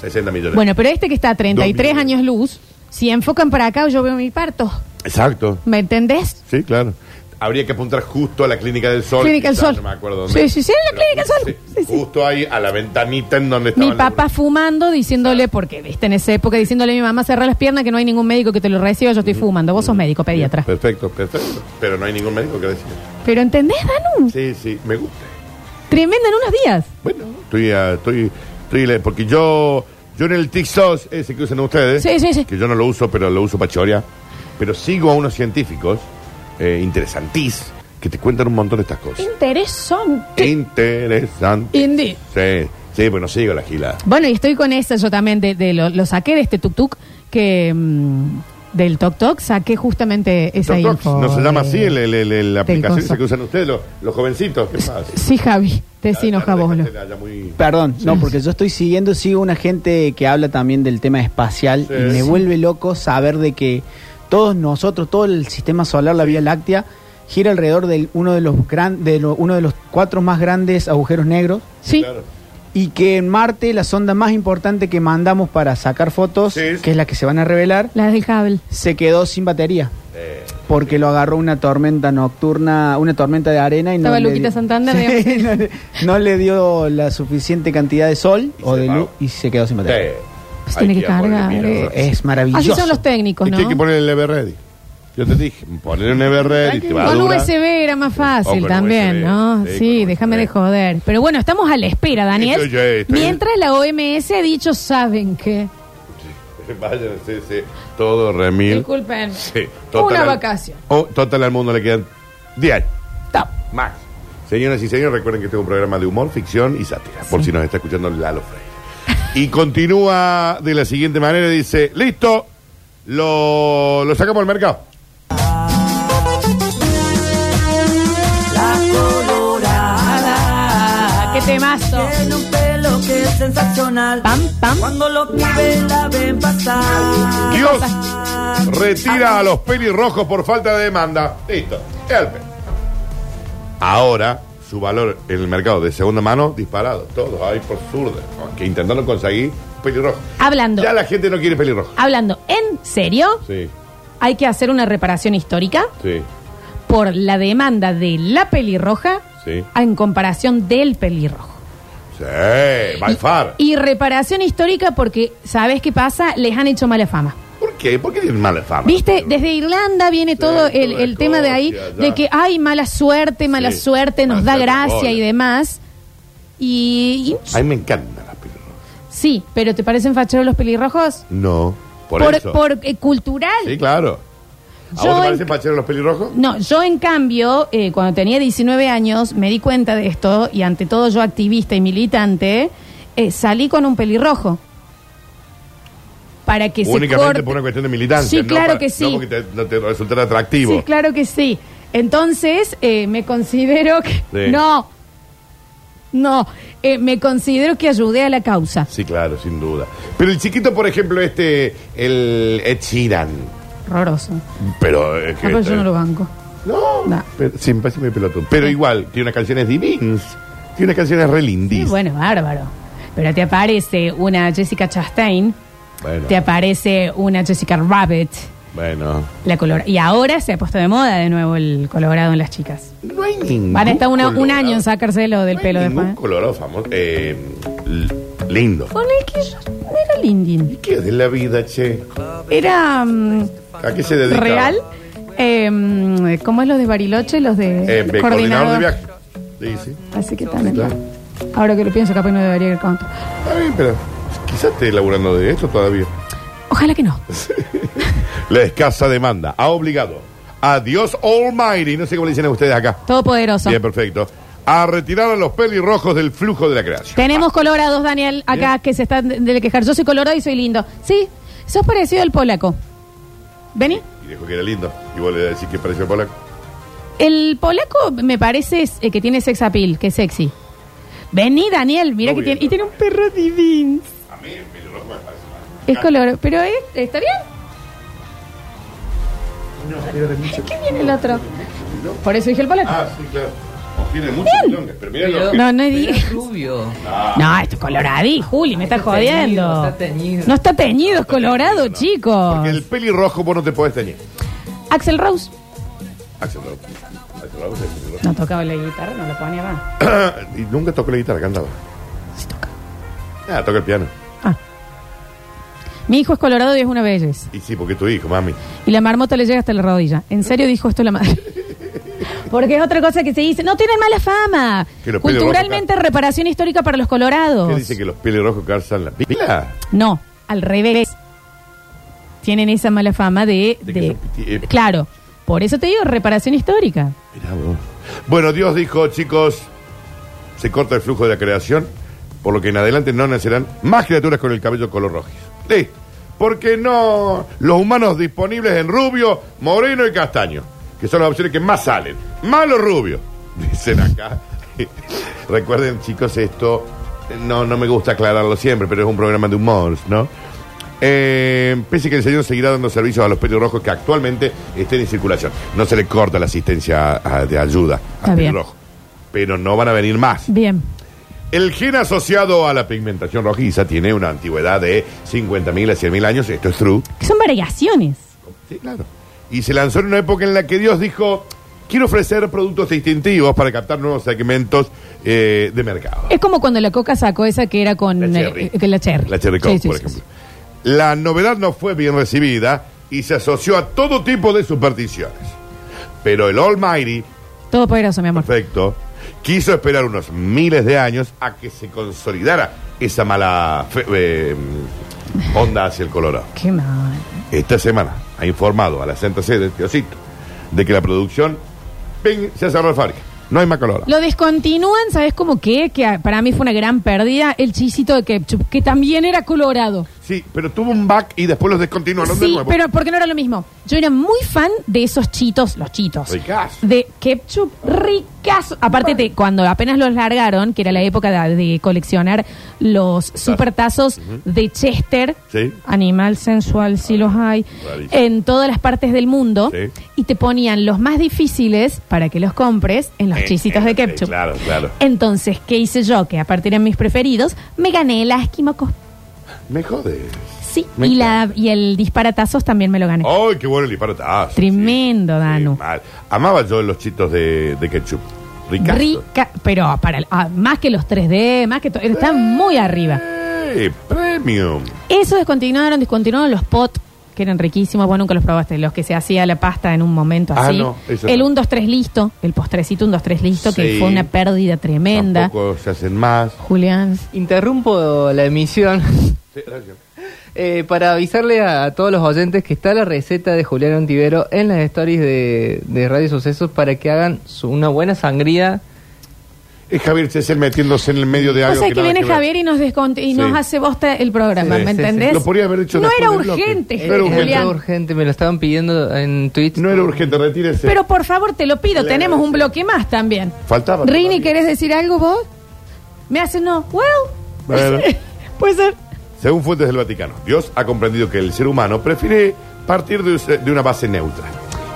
[SPEAKER 3] 60 millones.
[SPEAKER 1] Bueno, pero este que está a 33
[SPEAKER 3] Dos mil.
[SPEAKER 1] años luz, si enfocan para acá, yo veo mi parto.
[SPEAKER 3] Exacto.
[SPEAKER 1] ¿Me entendés?
[SPEAKER 3] Sí, claro. Habría que apuntar justo a la Clínica del Sol.
[SPEAKER 1] Clínica del
[SPEAKER 3] quizás,
[SPEAKER 1] Sol.
[SPEAKER 3] No me acuerdo dónde.
[SPEAKER 1] Sí, sí, sí, en la
[SPEAKER 3] Pero
[SPEAKER 1] Clínica del Sol.
[SPEAKER 3] ju-
[SPEAKER 1] Sí, sí.
[SPEAKER 3] Justo ahí, a la ventanita en donde estaba.
[SPEAKER 1] Mi papá fumando, diciéndole, porque viste en esa época, diciéndole a mi mamá, cerrar las piernas que no hay ningún médico que te lo reciba, yo estoy fumando. Vos sos médico, pediatra.
[SPEAKER 3] Perfecto, perfecto. Pero no hay ningún médico que decir.
[SPEAKER 1] Pero ¿entendés, Danu?
[SPEAKER 3] Sí, sí, me gusta.
[SPEAKER 1] Tremenda en unos días.
[SPEAKER 3] Bueno, estoy, ah, estoy, estoy le- porque yo, yo en el TikTok ese que usan ustedes,
[SPEAKER 1] Sí, sí, sí.
[SPEAKER 3] que yo no lo uso, pero lo uso para choria, pero sigo a unos científicos eh, interesantís que te cuentan un montón de estas cosas.
[SPEAKER 1] Interesante.
[SPEAKER 3] Interesante.
[SPEAKER 1] Indy.
[SPEAKER 3] Sí, sí, pues no sigo la gila.
[SPEAKER 1] Bueno, y estoy con esa yo también, de, de lo, lo saqué de este tuk-tuk, que mm, del tok-tok, saqué justamente esa
[SPEAKER 3] Tok Tok,
[SPEAKER 1] info.
[SPEAKER 3] No se llama
[SPEAKER 1] de-
[SPEAKER 3] así el, eh, el- el- el- la
[SPEAKER 1] del
[SPEAKER 3] aplicación
[SPEAKER 1] coso.
[SPEAKER 3] esa que usan ustedes, los, los jovencitos. ¿Qué pasa?
[SPEAKER 1] Sí, Javi, decino Jabolo.
[SPEAKER 6] Perdón, no, porque yo estoy siguiendo, sigo una gente que habla también del tema espacial
[SPEAKER 3] Sí.
[SPEAKER 6] y
[SPEAKER 3] Sí.
[SPEAKER 6] me vuelve loco saber de que todos nosotros, todo el sistema solar, la Vía Láctea, gira alrededor de uno de los gran, de lo- uno de los cuatro más grandes agujeros negros
[SPEAKER 1] Sí,
[SPEAKER 3] Claro.
[SPEAKER 6] y que en Marte la sonda más importante que mandamos para sacar fotos,
[SPEAKER 3] Sí.
[SPEAKER 6] que es la que se van a revelar,
[SPEAKER 1] Las del Hubble.
[SPEAKER 6] se quedó sin batería.
[SPEAKER 3] Eh,
[SPEAKER 6] Porque lo agarró una tormenta nocturna, una tormenta de arena y no
[SPEAKER 1] Estaba
[SPEAKER 6] le,
[SPEAKER 1] Luquita
[SPEAKER 6] di-
[SPEAKER 1] Santander,
[SPEAKER 6] Sí, no, le, no le dio la suficiente cantidad de sol
[SPEAKER 3] Y
[SPEAKER 6] o
[SPEAKER 3] se
[SPEAKER 6] de
[SPEAKER 3] apagó.
[SPEAKER 6] luz y se quedó sin batería.
[SPEAKER 1] Pues tiene que cargar,
[SPEAKER 6] Eh, es maravilloso.
[SPEAKER 1] Así son los técnicos, ¿no?
[SPEAKER 3] Tienes que poner el Ever Ready. Yo te dije, poner un Ever Ready. Te este, va a
[SPEAKER 1] Con
[SPEAKER 3] durar.
[SPEAKER 1] USB era más
[SPEAKER 3] O
[SPEAKER 1] fácil
[SPEAKER 3] con
[SPEAKER 1] también,
[SPEAKER 3] USB,
[SPEAKER 1] ¿no?
[SPEAKER 3] sí,
[SPEAKER 1] Sí,
[SPEAKER 3] con
[SPEAKER 1] déjame de
[SPEAKER 3] USB.
[SPEAKER 1] joder. Pero bueno, estamos a la espera, Daniel.
[SPEAKER 3] Estoy yo, eh, estoy-
[SPEAKER 1] Mientras la OMS ha dicho, ¿saben qué?
[SPEAKER 3] Vayan, sí, sí. Todo remil.
[SPEAKER 1] Disculpen.
[SPEAKER 3] Sí,
[SPEAKER 1] Una
[SPEAKER 3] al-
[SPEAKER 1] vacación.
[SPEAKER 3] O, total al mundo le quedan 10 años.
[SPEAKER 1] Ta.
[SPEAKER 3] Más. Señoras y señores, recuerden que este es un programa de humor, ficción y sátira, por si nos está escuchando Lalo Freire. Y continúa de la siguiente manera, dice, listo, lo, lo sacamos al mercado.
[SPEAKER 1] Ah, ¡Qué temazo!
[SPEAKER 7] Tiene un pelo que es sensacional.
[SPEAKER 1] Pam, pam.
[SPEAKER 7] Cuando los pibes la ven pasar.
[SPEAKER 3] Dios retira a los pelirrojos por falta de demanda. Listo, Elpe. Ahora, su valor en el mercado de segunda mano disparado. Todos ahí por zurda. Que intentando conseguir pelirrojo.
[SPEAKER 1] Hablando.
[SPEAKER 3] Ya la gente no quiere pelirrojo.
[SPEAKER 1] Hablando, ¿en serio?
[SPEAKER 3] Sí,
[SPEAKER 1] Hay que hacer una reparación histórica
[SPEAKER 3] sí,
[SPEAKER 1] por la demanda de la pelirroja
[SPEAKER 3] Sí.
[SPEAKER 1] en comparación del pelirrojo.
[SPEAKER 3] sí, by far.
[SPEAKER 1] Y reparación histórica porque, ¿sabes qué pasa? Les han hecho mala fama.
[SPEAKER 3] ¿Por qué? ¿Por qué tienen mala fama?
[SPEAKER 1] Viste, desde Irlanda viene todo el,
[SPEAKER 3] toda
[SPEAKER 1] el
[SPEAKER 3] la
[SPEAKER 1] tema de ahí,
[SPEAKER 3] copia, ya.
[SPEAKER 1] de que hay mala suerte, mala
[SPEAKER 3] Sí.
[SPEAKER 1] suerte, nos
[SPEAKER 3] Mala
[SPEAKER 1] da
[SPEAKER 3] suerte,
[SPEAKER 1] gracia
[SPEAKER 3] bola.
[SPEAKER 1] y demás. Y, y-
[SPEAKER 3] A mí me encantan las pelirrojas.
[SPEAKER 1] sí, pero ¿te parecen facheros los pelirrojos?
[SPEAKER 3] No, por, eso.
[SPEAKER 1] por, eh, cultural.
[SPEAKER 3] Sí, claro. ¿A
[SPEAKER 1] Yo
[SPEAKER 3] vos te
[SPEAKER 1] en-
[SPEAKER 3] parecen pacheros los pelirrojos?
[SPEAKER 1] No, yo en cambio, eh, cuando tenía 19 años, me di cuenta de esto y ante todo yo activista y militante, eh, salí con un pelirrojo. Para que se
[SPEAKER 3] Únicamente
[SPEAKER 1] corte...
[SPEAKER 3] por una cuestión de militancia.
[SPEAKER 1] Sí,
[SPEAKER 3] no
[SPEAKER 1] claro
[SPEAKER 3] para-
[SPEAKER 1] que sí.
[SPEAKER 3] No porque te, no te resultara atractivo.
[SPEAKER 1] Sí, claro que sí. Entonces, eh, me considero que...
[SPEAKER 3] Sí.
[SPEAKER 1] No, no, eh, me considero que ayudé a la causa.
[SPEAKER 3] Sí, claro, sin duda. Pero el chiquito, por ejemplo, este, el Ed Sheeran.
[SPEAKER 1] Horroroso.
[SPEAKER 3] Pero es que.
[SPEAKER 1] Ah, pero yo no lo banco.
[SPEAKER 3] No,
[SPEAKER 1] No.
[SPEAKER 3] pero- sí, me parece muy pelotón. Pero igual, tiene unas canciones divinas. Tiene unas canciones re
[SPEAKER 1] Sí,
[SPEAKER 3] lindis.
[SPEAKER 1] bueno, bárbaro. Pero te aparece una Jessica Chastain,
[SPEAKER 3] Bueno,
[SPEAKER 1] te aparece una Jessica Rabbit,
[SPEAKER 3] bueno.
[SPEAKER 1] la color y ahora se ha puesto de moda de nuevo el colorado en las chicas.
[SPEAKER 3] No hay ningún.
[SPEAKER 1] Van a estar una- un
[SPEAKER 3] colorado.
[SPEAKER 1] año en sacárselo del
[SPEAKER 3] No hay
[SPEAKER 1] pelo
[SPEAKER 3] ningún
[SPEAKER 1] después.
[SPEAKER 3] colorado famoso. eh, l- lindo.
[SPEAKER 1] Con el que yo no era Lindin.
[SPEAKER 3] ¿Qué es de la vida, che?
[SPEAKER 1] Era mm,
[SPEAKER 3] ¿A qué se dedica?
[SPEAKER 1] real. Eh, mm, ¿Cómo es los de Bariloche? Los de
[SPEAKER 3] Eh, de coordinador de viaje. Sí, sí.
[SPEAKER 1] Así que también.
[SPEAKER 3] Claro.
[SPEAKER 1] Ahora que lo pienso, capaz no debería ir conto.
[SPEAKER 3] Está bien, pero quizás esté laburando de esto todavía.
[SPEAKER 1] Ojalá que no.
[SPEAKER 3] La escasa demanda ha obligado a Dios Almighty, no sé cómo le dicen a ustedes acá.
[SPEAKER 1] Todopoderoso.
[SPEAKER 3] Bien, perfecto. A retirar a los pelirrojos del flujo de la creación.
[SPEAKER 1] Tenemos colorados, Daniel, acá que se están de, de quejar. Yo soy colorado y soy lindo. Sí, sos parecido al polaco. Vení.
[SPEAKER 3] Y dijo que era lindo. Y vos le decís que pareció polaco.
[SPEAKER 1] El polaco me parece eh, que tiene sex appeal, que es sexy. Vení, Daniel, mira
[SPEAKER 3] Muy
[SPEAKER 1] que
[SPEAKER 3] bien,
[SPEAKER 1] tiene. Y tiene un perro divino.
[SPEAKER 3] A mí el pelirrojo me parece mal.
[SPEAKER 1] Es color. Pero eh, está bien. ¿Qué viene el otro? Por eso dije el polaco.
[SPEAKER 3] Ah, sí, claro. O Tiene muchos milongas, pero mira lo que...
[SPEAKER 1] No, no digas.
[SPEAKER 7] Rubio. Ah, este
[SPEAKER 1] No, esto es coloradí, Juli, me estás jodiendo.
[SPEAKER 7] Está teñido.
[SPEAKER 1] No está teñido, es colorado, chicos.
[SPEAKER 3] Porque el pelirrojo vos no te podés teñir. Ah,
[SPEAKER 1] Axel Rose.
[SPEAKER 3] Axel Rose. Axel Rose es pelirrojo.
[SPEAKER 1] No tocaba la guitarra, no la ponía más.
[SPEAKER 3] y nunca tocó la guitarra, cantaba.
[SPEAKER 1] Sí toca.
[SPEAKER 3] Ah, toca el piano.
[SPEAKER 1] Ah. Mi hijo es colorado y es una belleza.
[SPEAKER 3] Y sí, porque es tu hijo, mami.
[SPEAKER 1] Y la marmota le llega hasta la rodilla. En serio dijo esto la madre. Porque es otra cosa que se dice. No tienen mala fama.
[SPEAKER 3] Que los pide
[SPEAKER 1] Culturalmente, reparación histórica para los colorados.
[SPEAKER 3] ¿Qué dice que los pelirrojos calzan la pila?
[SPEAKER 1] No, al revés. Tienen esa mala fama de.
[SPEAKER 3] De que
[SPEAKER 1] de-
[SPEAKER 3] son piti- eh.
[SPEAKER 1] claro. Por eso te digo, reparación histórica.
[SPEAKER 3] Mirá vos. Bueno, Dios dijo, chicos, se corta el flujo de la creación, por lo que en adelante no nacerán más criaturas con el cabello color rojo. Listo. Porque no los humanos disponibles en rubio, moreno y castaño, que son las opciones que más salen. Malo rubio, dicen acá. Recuerden, chicos, esto no, no me gusta aclararlo siempre, pero es un programa de humor, ¿no? Eh, pese que el señor seguirá dando servicios a los pelirrojos que actualmente estén en circulación. No se le corta la asistencia a- a- de ayuda
[SPEAKER 1] Está
[SPEAKER 3] al
[SPEAKER 1] bien.
[SPEAKER 3] pelirrojo. Pero no van a venir más.
[SPEAKER 1] Bien.
[SPEAKER 3] El gen asociado a la pigmentación rojiza tiene una antigüedad de 50.000 a 100.000 años, esto es true.
[SPEAKER 1] Que son variaciones.
[SPEAKER 3] Sí, claro. Y se lanzó en una época en la que Dios dijo, quiero ofrecer productos distintivos para captar nuevos segmentos eh, de mercado.
[SPEAKER 1] Es como cuando la coca sacó esa que era con
[SPEAKER 3] La Cherry.
[SPEAKER 1] eh, eh, que la cherry.
[SPEAKER 3] La Cherry
[SPEAKER 1] Sí,
[SPEAKER 3] Coke,
[SPEAKER 1] sí,
[SPEAKER 3] por
[SPEAKER 1] sí,
[SPEAKER 3] ejemplo. La novedad no fue bien recibida y se asoció a todo tipo de supersticiones. Pero el Almighty,
[SPEAKER 1] sí. Todo poderoso, mi amor.
[SPEAKER 3] perfecto, quiso esperar unos miles de años a que se consolidara esa mala fe- eh, onda hacia el Colorado.
[SPEAKER 1] Qué mal.
[SPEAKER 3] Esta semana ha informado a la Santa Sede, Diosito, de que la producción ping, se cerró la fábrica. No hay más Colorado.
[SPEAKER 1] Lo descontinúan, ¿sabes cómo qué? Que ah, para mí fue una gran pérdida el chisito de ketchup, que también era colorado.
[SPEAKER 3] Sí, pero tuvo un back y después los descontinuaron de
[SPEAKER 1] Sí,
[SPEAKER 3] nuevo.
[SPEAKER 1] pero porque no era lo mismo. Yo era muy fan de esos chitos, los chitos.
[SPEAKER 3] Ricazo.
[SPEAKER 1] De ketchup ricas. Aparte de cuando apenas los largaron, que era la época de, de coleccionar los supertazos de Chester,
[SPEAKER 3] Sí.
[SPEAKER 1] animal sensual si los hay,
[SPEAKER 3] Rarísimo.
[SPEAKER 1] en todas las partes del mundo,
[SPEAKER 3] Sí.
[SPEAKER 1] y te ponían los más difíciles para que los compres en los
[SPEAKER 3] Eh,
[SPEAKER 1] chisitos
[SPEAKER 3] eh,
[SPEAKER 1] de
[SPEAKER 3] eh,
[SPEAKER 1] ketchup.
[SPEAKER 3] claro, claro.
[SPEAKER 1] Entonces, ¿qué hice yo? Que aparte eran mis preferidos, me gané la Esquimacos.
[SPEAKER 3] Me jode.
[SPEAKER 1] Sí,
[SPEAKER 3] Me
[SPEAKER 1] y, la, y el disparatazos también me lo gané.
[SPEAKER 3] ¡Ay, qué bueno el disparatazo!
[SPEAKER 1] Tremendo,
[SPEAKER 3] Sí,
[SPEAKER 1] Danu.
[SPEAKER 3] sí, mal. Amaba yo los chitos de, de ketchup. Ricazo.
[SPEAKER 1] Rica, pero para el- ah, más que los 3D, más que todo, está muy arriba.
[SPEAKER 3] Eh, ¡Premium!
[SPEAKER 1] Eso descontinuaron, descontinuaron los pot, que eran riquísimos, vos nunca los probaste, los que se hacía la pasta en un momento
[SPEAKER 3] Ah,
[SPEAKER 1] así.
[SPEAKER 3] no, eso
[SPEAKER 1] el
[SPEAKER 3] no.
[SPEAKER 1] 1, 2, 3 listo, el postrecito 1, 2, 3 listo, que
[SPEAKER 3] Sí.
[SPEAKER 1] fue una pérdida tremenda.
[SPEAKER 3] Tampoco se hacen más.
[SPEAKER 1] Oh. Julián.
[SPEAKER 8] Interrumpo la emisión
[SPEAKER 3] Sí, gracias.
[SPEAKER 8] eh, para avisarle a, a todos los oyentes que está la receta de Julián Ontivero en las stories de, de Radio Sucesos para que hagan su- una buena sangría.
[SPEAKER 3] Es Eh, Javier Chesel metiéndose en el medio de
[SPEAKER 1] O
[SPEAKER 3] algo.
[SPEAKER 1] sea que,
[SPEAKER 3] nada
[SPEAKER 1] viene
[SPEAKER 3] ver.
[SPEAKER 1] Javier y nos descont- y
[SPEAKER 3] Sí.
[SPEAKER 1] nos hace bosta el programa,
[SPEAKER 8] Sí,
[SPEAKER 1] ¿me
[SPEAKER 8] sí, sí.
[SPEAKER 1] entendés?
[SPEAKER 3] Lo podría haber dicho
[SPEAKER 1] No
[SPEAKER 3] después
[SPEAKER 1] era
[SPEAKER 3] del bloque.
[SPEAKER 1] urgente,
[SPEAKER 3] No era urgente.
[SPEAKER 8] Era
[SPEAKER 1] Julián.
[SPEAKER 8] urgente, me lo estaban pidiendo en Twitch.
[SPEAKER 3] No era urgente, retírese.
[SPEAKER 1] Pero por favor, te lo pido,
[SPEAKER 3] Le
[SPEAKER 1] tenemos un
[SPEAKER 3] agradezco.
[SPEAKER 1] bloque más también.
[SPEAKER 3] Faltaba.
[SPEAKER 1] Rini,
[SPEAKER 3] todavía.
[SPEAKER 1] ¿querés decir algo vos? Me hace no. Well.
[SPEAKER 3] Bueno.
[SPEAKER 1] Puede ser.
[SPEAKER 3] Según fuentes del Vaticano, Dios ha comprendido que el ser humano prefiere partir de, us- de una base neutra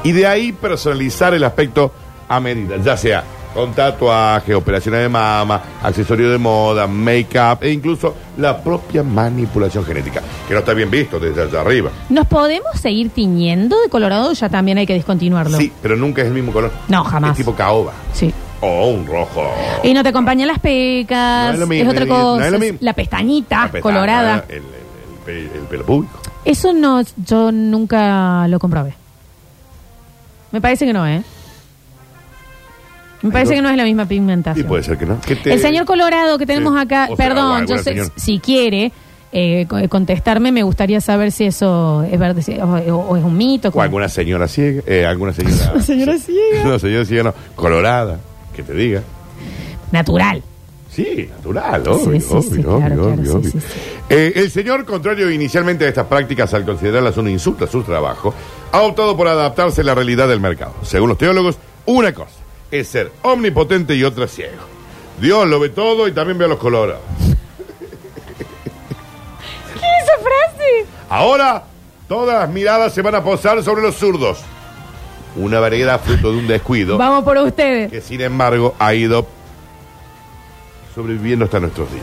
[SPEAKER 3] y de ahí personalizar el aspecto a medida, ya sea con tatuaje, operaciones de mama, accesorio de moda, make-up e incluso la propia manipulación genética, que no está bien visto desde allá arriba.
[SPEAKER 1] ¿Nos podemos seguir tiñendo de colorado? Ya también hay que descontinuarlo.
[SPEAKER 3] Sí, pero nunca es el mismo color.
[SPEAKER 1] No, jamás.
[SPEAKER 3] Es tipo caoba
[SPEAKER 1] Sí.
[SPEAKER 3] o un rojo.
[SPEAKER 1] Y no te acompañan las pecas.
[SPEAKER 3] No es lo mismo,
[SPEAKER 1] otra
[SPEAKER 3] no es
[SPEAKER 1] cosa.
[SPEAKER 3] lo mismo.
[SPEAKER 1] La pestañita
[SPEAKER 3] La pestaña,
[SPEAKER 1] colorada.
[SPEAKER 3] El, el- el pe- el pelo público.
[SPEAKER 1] Eso no, yo nunca lo comprobé. Me parece que no, ¿eh? Me parece
[SPEAKER 3] no.
[SPEAKER 1] que no es la misma
[SPEAKER 3] Y
[SPEAKER 1] pigmentación.
[SPEAKER 3] puede ser que no. ¿Qué te-
[SPEAKER 1] El señor Colorado que tenemos
[SPEAKER 3] Este, Sí.
[SPEAKER 1] acá,
[SPEAKER 3] O sea, ah, o
[SPEAKER 1] perdón,
[SPEAKER 3] alguna
[SPEAKER 1] yo sé,
[SPEAKER 3] señora.
[SPEAKER 1] si quiere eh, co- contestarme, me gustaría saber si eso es verdad, si- o, o- o es un mito.
[SPEAKER 3] O
[SPEAKER 1] como-
[SPEAKER 3] alguna señora ciega. eh, alguna señora.
[SPEAKER 1] Señora ciega.
[SPEAKER 3] No, señora ciega no. Colorada, que te diga.
[SPEAKER 1] Natural.
[SPEAKER 3] Sí, natural, obvio,
[SPEAKER 1] Sí, sí,
[SPEAKER 3] obvio,
[SPEAKER 1] sí,
[SPEAKER 3] obvio,
[SPEAKER 1] claro,
[SPEAKER 3] obvio,
[SPEAKER 1] claro, sí,
[SPEAKER 3] obvio.
[SPEAKER 1] sí, sí.
[SPEAKER 3] Eh, el señor, contrario inicialmente a estas prácticas al considerarlas un insulto a su trabajo, ha optado por adaptarse a la realidad del mercado. Según los teólogos, una cosa es ser omnipotente y otra ciego. Dios lo ve todo y también ve a los colorados.
[SPEAKER 1] ¿Qué es esa frase?
[SPEAKER 3] Ahora, todas las miradas se van a posar sobre los zurdos. Una variedad fruto de un descuido.
[SPEAKER 1] Vamos por ustedes.
[SPEAKER 3] que sin embargo ha ido sobreviviendo hasta nuestros días.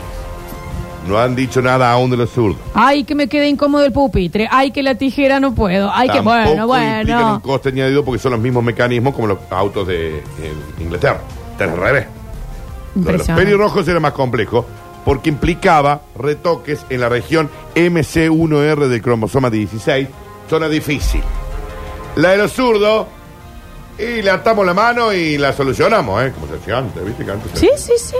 [SPEAKER 3] No han dicho nada aún de los zurdos.
[SPEAKER 1] Ay, que me quede incómodo el pupitre. Ay, que la tijera no puedo. Ay, que bueno,
[SPEAKER 3] Tampoco implican un
[SPEAKER 1] bueno.
[SPEAKER 3] coste añadido porque son los mismos mecanismos como los autos de en Inglaterra. Están al revés. Lo de los
[SPEAKER 1] Impresionante.
[SPEAKER 3] pelirrojos era más complejo porque implicaba retoques en la región MC1R del cromosoma 16, zona difícil. La de los zurdos, y le atamos la mano y la solucionamos, ¿eh? Como se hacía antes, ¿viste? Que antes se
[SPEAKER 1] Sí, sí, sí.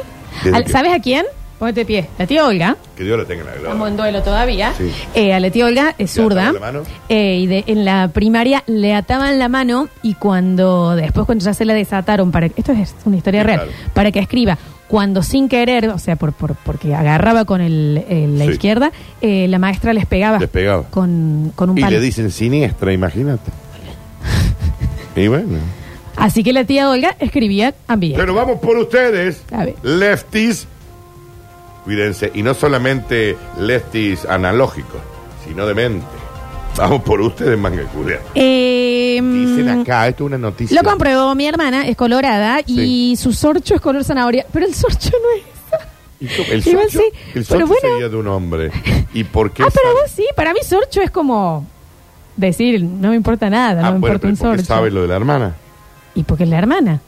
[SPEAKER 3] Desde
[SPEAKER 1] Al-
[SPEAKER 3] que-
[SPEAKER 1] ¿Sabes a quién? Ponete de pie. La tía Olga.
[SPEAKER 3] Que Dios la tenga en la
[SPEAKER 1] Estamos
[SPEAKER 3] gloria.
[SPEAKER 1] en duelo todavía.
[SPEAKER 3] Sí.
[SPEAKER 1] Eh, a la tía Olga es
[SPEAKER 3] ¿Le
[SPEAKER 1] zurda.
[SPEAKER 3] ataban la mano?
[SPEAKER 1] Eh, y de- en la primaria le ataban la mano y cuando después cuando ya se la desataron para esto es una historia
[SPEAKER 3] Sí,
[SPEAKER 1] real
[SPEAKER 3] claro.
[SPEAKER 1] para que escriba cuando sin querer o sea por, por porque agarraba con el, el- la
[SPEAKER 3] Sí.
[SPEAKER 1] izquierda eh, la maestra les pegaba
[SPEAKER 3] Les pegaba.
[SPEAKER 1] con, con un
[SPEAKER 3] Y
[SPEAKER 1] palo
[SPEAKER 3] le dicen siniestra, imagínate. y bueno.
[SPEAKER 1] así que la tía Olga escribía también
[SPEAKER 3] Pero vamos por ustedes,
[SPEAKER 1] A ver.
[SPEAKER 3] lefties. Cuídense, y no solamente lefties analógicos, sino de mente. Vamos por ustedes, mangacuria.
[SPEAKER 1] Eh,
[SPEAKER 3] Dicen acá, esto es una noticia.
[SPEAKER 1] lo compruebo mi hermana es colorada y su sorcho es color zanahoria pero el sorcho no es
[SPEAKER 3] Y yo- el
[SPEAKER 1] Igual sí,
[SPEAKER 3] sorcho, el
[SPEAKER 1] pero
[SPEAKER 3] sorcho
[SPEAKER 1] bueno.
[SPEAKER 3] sería de un hombre. ¿Y por qué?
[SPEAKER 1] Ah, para
[SPEAKER 3] sabe-
[SPEAKER 1] vos sí, para mí sorcho es como decir, no me importa nada,
[SPEAKER 3] Ah,
[SPEAKER 1] no me
[SPEAKER 3] bueno,
[SPEAKER 1] importa
[SPEAKER 3] pero
[SPEAKER 1] un
[SPEAKER 3] ¿por qué
[SPEAKER 1] sorcho.
[SPEAKER 3] sabe lo de la hermana?
[SPEAKER 1] Y porque es la hermana.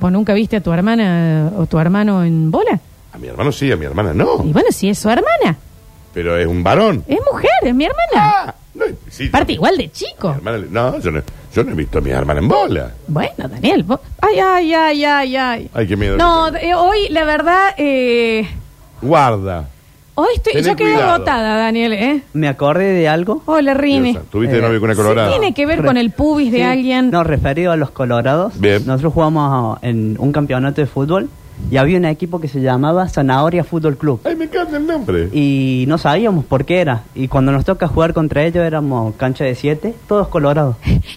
[SPEAKER 1] ¿Vos nunca viste a tu hermana o tu hermano en bola?
[SPEAKER 3] A mi hermano sí, a mi hermana no.
[SPEAKER 1] Y bueno, si es su hermana,
[SPEAKER 3] Pero es un varón.
[SPEAKER 1] es mujer, es mi hermana.
[SPEAKER 3] Ah, no, sí,
[SPEAKER 1] Aparte,
[SPEAKER 3] mi-
[SPEAKER 1] igual de
[SPEAKER 3] mi
[SPEAKER 1] chico.
[SPEAKER 3] hermana le- no, yo no, yo no he visto a mi hermana en bola.
[SPEAKER 1] Bueno, Daniel, vos... Ay, ay, ay, ay, ay.
[SPEAKER 3] Ay, qué miedo.
[SPEAKER 1] No, eh, hoy, la verdad, eh,
[SPEAKER 3] Guarda.
[SPEAKER 1] hoy estoy,
[SPEAKER 3] Tené
[SPEAKER 1] yo quedé
[SPEAKER 3] cuidado.
[SPEAKER 1] agotada, Daniel, ¿eh?
[SPEAKER 6] Me acordé de algo.
[SPEAKER 1] Hola, Rini.
[SPEAKER 3] Diosa, Tuviste
[SPEAKER 6] Eh,
[SPEAKER 3] novio con una
[SPEAKER 1] Sí,
[SPEAKER 3] colorada.
[SPEAKER 1] tiene que ver con el pubis de
[SPEAKER 6] Sí.
[SPEAKER 1] alguien.
[SPEAKER 6] No, referido a los colorados.
[SPEAKER 3] Bien.
[SPEAKER 6] Nosotros jugamos a- en un campeonato de fútbol y había un equipo que se llamaba Zanahoria Fútbol Club.
[SPEAKER 3] Ay, me encanta el nombre.
[SPEAKER 6] Y no sabíamos por qué era. Y cuando nos toca jugar contra ellos éramos cancha de siete, todos colorados.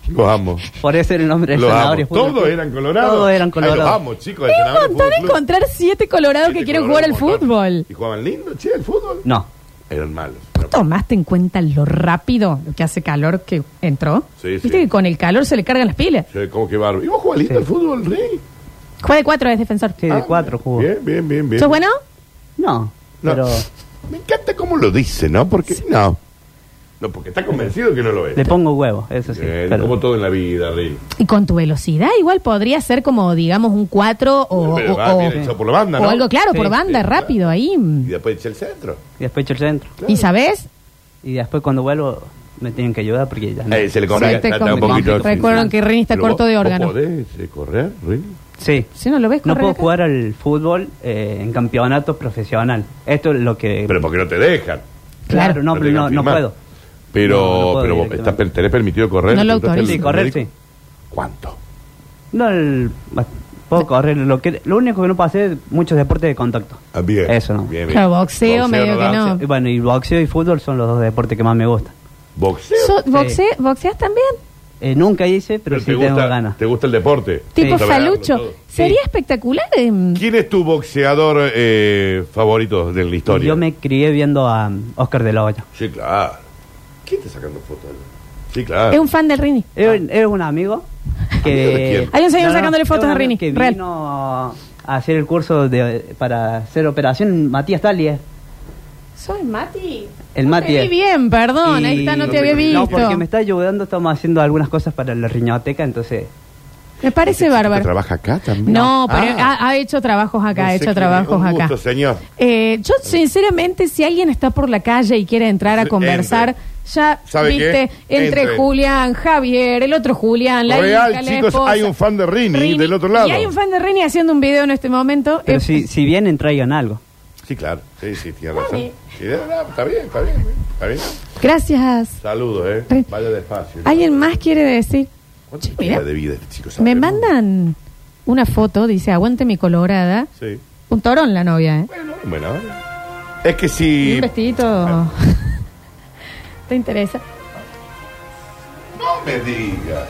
[SPEAKER 3] Los amo.
[SPEAKER 6] Por eso era el nombre de
[SPEAKER 3] Los
[SPEAKER 6] Zanahoria
[SPEAKER 3] amo.
[SPEAKER 6] Fútbol
[SPEAKER 3] Todos
[SPEAKER 6] Club.
[SPEAKER 3] eran colorados.
[SPEAKER 6] Todos eran
[SPEAKER 3] Ay, los
[SPEAKER 6] colorados.
[SPEAKER 3] amo, chicos.
[SPEAKER 1] Es un montón encontrar siete colorados que quieren jugar al fútbol.
[SPEAKER 3] ¿Y jugaban lindo, che, el fútbol?
[SPEAKER 6] No.
[SPEAKER 3] Eran malos.
[SPEAKER 1] ¿Tú tomaste en cuenta lo rápido lo que hace calor que entró?
[SPEAKER 3] Sí,
[SPEAKER 1] Viste
[SPEAKER 3] sí.
[SPEAKER 1] que con el calor se le cargan las pilas.
[SPEAKER 3] Che, ¿Cómo que barro? ¿Y vos jugabas lindo
[SPEAKER 6] Sí.
[SPEAKER 3] al fútbol, Rey? Ah,
[SPEAKER 1] Juega de cuatro, es defensor.
[SPEAKER 6] Sí, de cuatro jugó.
[SPEAKER 3] Bien, bien, bien, bien.
[SPEAKER 1] ¿Sos bueno?
[SPEAKER 6] No,
[SPEAKER 3] No.
[SPEAKER 6] pero
[SPEAKER 3] Me encanta cómo lo dice, ¿no? Porque no. No, porque está convencido que no lo es.
[SPEAKER 6] le pongo huevo, eso sí.
[SPEAKER 3] Bien,
[SPEAKER 6] pero-
[SPEAKER 3] Como todo en la vida, Rey.
[SPEAKER 1] Y con tu velocidad igual podría ser como, digamos, un cuatro o,
[SPEAKER 3] Pero
[SPEAKER 1] o-
[SPEAKER 3] va
[SPEAKER 1] o-
[SPEAKER 3] bien hecho por la banda,
[SPEAKER 1] o
[SPEAKER 3] ¿no?
[SPEAKER 1] algo claro,
[SPEAKER 6] Sí,
[SPEAKER 1] por
[SPEAKER 6] sí,
[SPEAKER 1] banda,
[SPEAKER 3] claro.
[SPEAKER 1] rápido ahí.
[SPEAKER 6] Mm.
[SPEAKER 3] Y después eché el centro.
[SPEAKER 6] Y después echo el centro.
[SPEAKER 1] ¿Y sabes?
[SPEAKER 6] Y después cuando vuelvo me tienen que ayudar porque ya no.
[SPEAKER 3] Eh, se le
[SPEAKER 1] Se
[SPEAKER 3] complica.
[SPEAKER 1] te
[SPEAKER 3] está- está
[SPEAKER 1] complica.
[SPEAKER 3] un poquito.
[SPEAKER 1] Recuerden que Rini está
[SPEAKER 3] Pero
[SPEAKER 1] corto
[SPEAKER 3] vos-
[SPEAKER 1] de órgano.
[SPEAKER 3] ¿Vos podés eh, correr, Rini?
[SPEAKER 6] Sí.
[SPEAKER 1] Si no lo ves,
[SPEAKER 6] No
[SPEAKER 1] corre
[SPEAKER 6] puedo
[SPEAKER 1] acá.
[SPEAKER 6] jugar al fútbol eh, en campeonato profesional. Esto es lo que...
[SPEAKER 3] Pero porque no te dejan.
[SPEAKER 1] Claro.
[SPEAKER 6] claro,
[SPEAKER 3] No
[SPEAKER 6] no, pero
[SPEAKER 3] te
[SPEAKER 6] no,
[SPEAKER 3] dejan
[SPEAKER 6] no
[SPEAKER 3] firmar.
[SPEAKER 6] puedo.
[SPEAKER 3] Pero,
[SPEAKER 6] No, no puedo
[SPEAKER 3] pero vos
[SPEAKER 6] directamente.
[SPEAKER 3] estás- tenés permitido correr.
[SPEAKER 1] No lo
[SPEAKER 3] ¿Te autoriza
[SPEAKER 1] autorizo.
[SPEAKER 6] Sí,
[SPEAKER 3] el
[SPEAKER 6] correr
[SPEAKER 3] médico?
[SPEAKER 6] sí.
[SPEAKER 3] ¿Cuánto?
[SPEAKER 6] No, el- bah, puedo correr. Lo, que, lo único que no puedo hacer es muchos deportes de contacto.
[SPEAKER 3] Ah, bien.
[SPEAKER 6] Eso no.
[SPEAKER 3] Bien, bien.
[SPEAKER 1] Claro, boxeo, medio que
[SPEAKER 3] da.
[SPEAKER 1] no.
[SPEAKER 6] Y bueno, y boxeo y fútbol son los dos deportes que más me gustan.
[SPEAKER 3] Boxeo.
[SPEAKER 1] So-
[SPEAKER 6] Sí.
[SPEAKER 1] boxe- ¿Boxeas también?
[SPEAKER 6] Eh, nunca hice, pero, sí
[SPEAKER 3] te
[SPEAKER 6] tengo
[SPEAKER 3] gusta,
[SPEAKER 6] ganas.
[SPEAKER 3] ¿Te gusta el deporte?
[SPEAKER 1] Tipo
[SPEAKER 3] Saber darlo todo.
[SPEAKER 1] falucho. Sería espectacular. em,
[SPEAKER 3] ¿Quién es tu boxeador eh, favorito de la historia?
[SPEAKER 6] Yo me crié viendo a um, Oscar de la Hoya.
[SPEAKER 3] Sí, claro. ¿Quién está sacando fotos? Sí, claro.
[SPEAKER 1] Es un fan del Rini.
[SPEAKER 6] Era era un amigo
[SPEAKER 3] Ah. ¿Amigo de
[SPEAKER 6] que...
[SPEAKER 3] quién?
[SPEAKER 1] Hay un señor sacándole
[SPEAKER 6] era
[SPEAKER 1] fotos
[SPEAKER 6] un
[SPEAKER 1] a
[SPEAKER 6] amigo
[SPEAKER 1] Rini,
[SPEAKER 6] Que
[SPEAKER 1] real.
[SPEAKER 6] vino a hacer el curso de, para hacer operación Matías eh. Talies.
[SPEAKER 1] ¿Soy Mati?
[SPEAKER 6] El
[SPEAKER 1] No
[SPEAKER 6] Mati
[SPEAKER 1] Te vi
[SPEAKER 6] es.
[SPEAKER 1] bien, perdón,
[SPEAKER 6] Y-
[SPEAKER 1] ahí está, no
[SPEAKER 3] no
[SPEAKER 1] te había
[SPEAKER 3] te-
[SPEAKER 1] visto.
[SPEAKER 6] No, porque me está ayudando, estamos haciendo algunas cosas para la riñoteca, entonces...
[SPEAKER 1] Me parece bárbaro.
[SPEAKER 3] ¿Trabaja acá también?
[SPEAKER 1] No, pero
[SPEAKER 3] Ah.
[SPEAKER 1] ha, ha hecho trabajos acá,
[SPEAKER 3] No
[SPEAKER 1] ha
[SPEAKER 3] sé
[SPEAKER 1] hecho
[SPEAKER 3] quién-
[SPEAKER 1] trabajos
[SPEAKER 3] un
[SPEAKER 1] acá.
[SPEAKER 3] gusto, señor.
[SPEAKER 1] Eh, yo, sinceramente, si alguien está por la calle y quiere entrar a
[SPEAKER 3] Entre.
[SPEAKER 1] conversar, ya,
[SPEAKER 3] ¿Sabe
[SPEAKER 1] viste,
[SPEAKER 3] qué?
[SPEAKER 1] entre
[SPEAKER 3] Entre.
[SPEAKER 1] Julián, Javier, el otro Julián, la
[SPEAKER 3] Real,
[SPEAKER 1] hija, la
[SPEAKER 3] chicos,
[SPEAKER 1] esposa.
[SPEAKER 3] hay un fan de Rini, del otro lado.
[SPEAKER 1] Y hay un fan de Rini haciendo un video en este momento.
[SPEAKER 6] Pero
[SPEAKER 1] Eh,
[SPEAKER 6] si, si vienen, traigan algo.
[SPEAKER 3] Sí, claro. Sí, sí, tiene razón. Sí, no, no, está bien, está bien. Está bien.
[SPEAKER 1] Gracias.
[SPEAKER 3] Saludos,
[SPEAKER 1] Re-
[SPEAKER 3] ¿eh? Vaya despacio.
[SPEAKER 1] ¿Alguien más quiere decir?
[SPEAKER 3] ¿Cuánto
[SPEAKER 1] Che,
[SPEAKER 3] queda
[SPEAKER 1] eh, mira,
[SPEAKER 3] de vida este chico?
[SPEAKER 1] me
[SPEAKER 3] Sabemos.
[SPEAKER 1] mandan una foto, dice, aguante mi colorada.
[SPEAKER 3] Sí.
[SPEAKER 1] Un torón la novia, ¿eh?
[SPEAKER 3] Bueno, bueno. Es que
[SPEAKER 1] Y
[SPEAKER 3] si.
[SPEAKER 1] un vestidito. ¿Te interesa?
[SPEAKER 3] No me digas.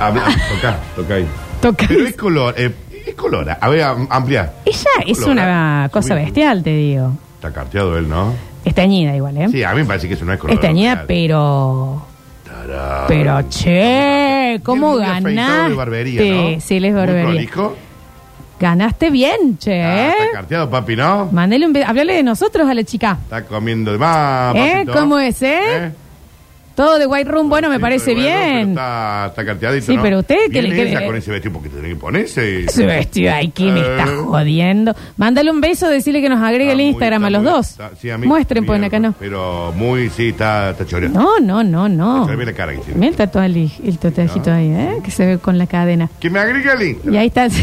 [SPEAKER 3] Habla,
[SPEAKER 1] Ah.
[SPEAKER 3] toca, toca ahí.
[SPEAKER 1] Toca.
[SPEAKER 3] Pero es color. eh, es color. A ver, am- ampliar.
[SPEAKER 1] Ella es
[SPEAKER 3] Colorado.
[SPEAKER 1] una cosa
[SPEAKER 3] ¿eh? Subí.
[SPEAKER 1] bestial, te digo.
[SPEAKER 3] Está carteado él, ¿no?
[SPEAKER 1] Es teñida igual, ¿eh? Este
[SPEAKER 3] Sí, a mí me parece que eso no es color.
[SPEAKER 1] es teñida, pero. Pero che, ¿cómo
[SPEAKER 3] ganar?
[SPEAKER 1] ganaste?
[SPEAKER 3] De barbería, ¿no?
[SPEAKER 1] Sí, él es
[SPEAKER 3] Muy
[SPEAKER 1] barbería.
[SPEAKER 3] prolijo.
[SPEAKER 1] Ganaste bien, che.
[SPEAKER 3] Ah,
[SPEAKER 1] ¿eh?
[SPEAKER 3] está carteado, papi, ¿no?
[SPEAKER 1] Mándale un. be- Háblale de nosotros a la chica.
[SPEAKER 3] Está comiendo de más.
[SPEAKER 1] ¿Eh?
[SPEAKER 3] papito.
[SPEAKER 1] ¿Cómo es, eh? Todo de White Room, bueno, me
[SPEAKER 3] Ah, Sí,
[SPEAKER 1] parece
[SPEAKER 3] pero bueno,
[SPEAKER 1] bien.
[SPEAKER 3] pero está, está carteadito,
[SPEAKER 1] Sí,
[SPEAKER 3] ¿no?
[SPEAKER 1] pero usted que
[SPEAKER 3] Viene
[SPEAKER 1] le- que-
[SPEAKER 3] ella con ese vestido porque tiene que ponerse.
[SPEAKER 1] Ese vestido ahí que me
[SPEAKER 3] Eh.
[SPEAKER 1] está jodiendo. Mándale un beso, decirle que nos agregue
[SPEAKER 3] Está
[SPEAKER 1] el
[SPEAKER 3] muy-
[SPEAKER 1] Instagram
[SPEAKER 3] está
[SPEAKER 1] a los
[SPEAKER 3] muy-
[SPEAKER 1] dos.
[SPEAKER 3] está- sí, a mí
[SPEAKER 1] Muestren, pues
[SPEAKER 3] también,
[SPEAKER 1] acá no.
[SPEAKER 3] Pero muy, sí, está, está choreado.
[SPEAKER 1] No, no, no, no.
[SPEAKER 3] Se ve la cara que tiene.
[SPEAKER 1] Mira el tatuaje, el tatuajito ahí, ¿eh? Que se ve con la cadena.
[SPEAKER 3] Que me agregue el Instagram.
[SPEAKER 1] Y ahí está.
[SPEAKER 3] Que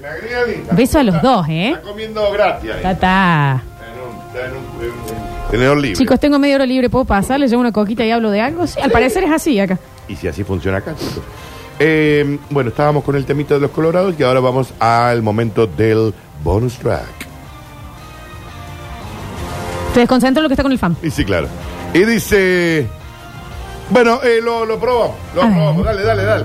[SPEAKER 3] me agregue el Instagram.
[SPEAKER 1] Beso a los
[SPEAKER 3] Está-
[SPEAKER 1] dos, ¿eh?
[SPEAKER 3] Está comiendo gratis. ahí.
[SPEAKER 1] Ta, ta.
[SPEAKER 3] Está en un- está en un- en un- Tenedor libre.
[SPEAKER 1] Chicos, tengo media hora libre, ¿puedo pasar? ¿Le llevo una coquita y hablo de algo? Sí, al parecer es así acá.
[SPEAKER 3] Y si así funciona acá, chicos. Eh, bueno, estábamos con el temito de los colorados y ahora vamos al momento del bonus track.
[SPEAKER 1] Te desconcentro lo que está con el fan.
[SPEAKER 3] Y sí, claro. Y dice... Bueno, eh, lo, lo probamos, lo
[SPEAKER 1] A ver.
[SPEAKER 3] probamos. Dale, dale, dale.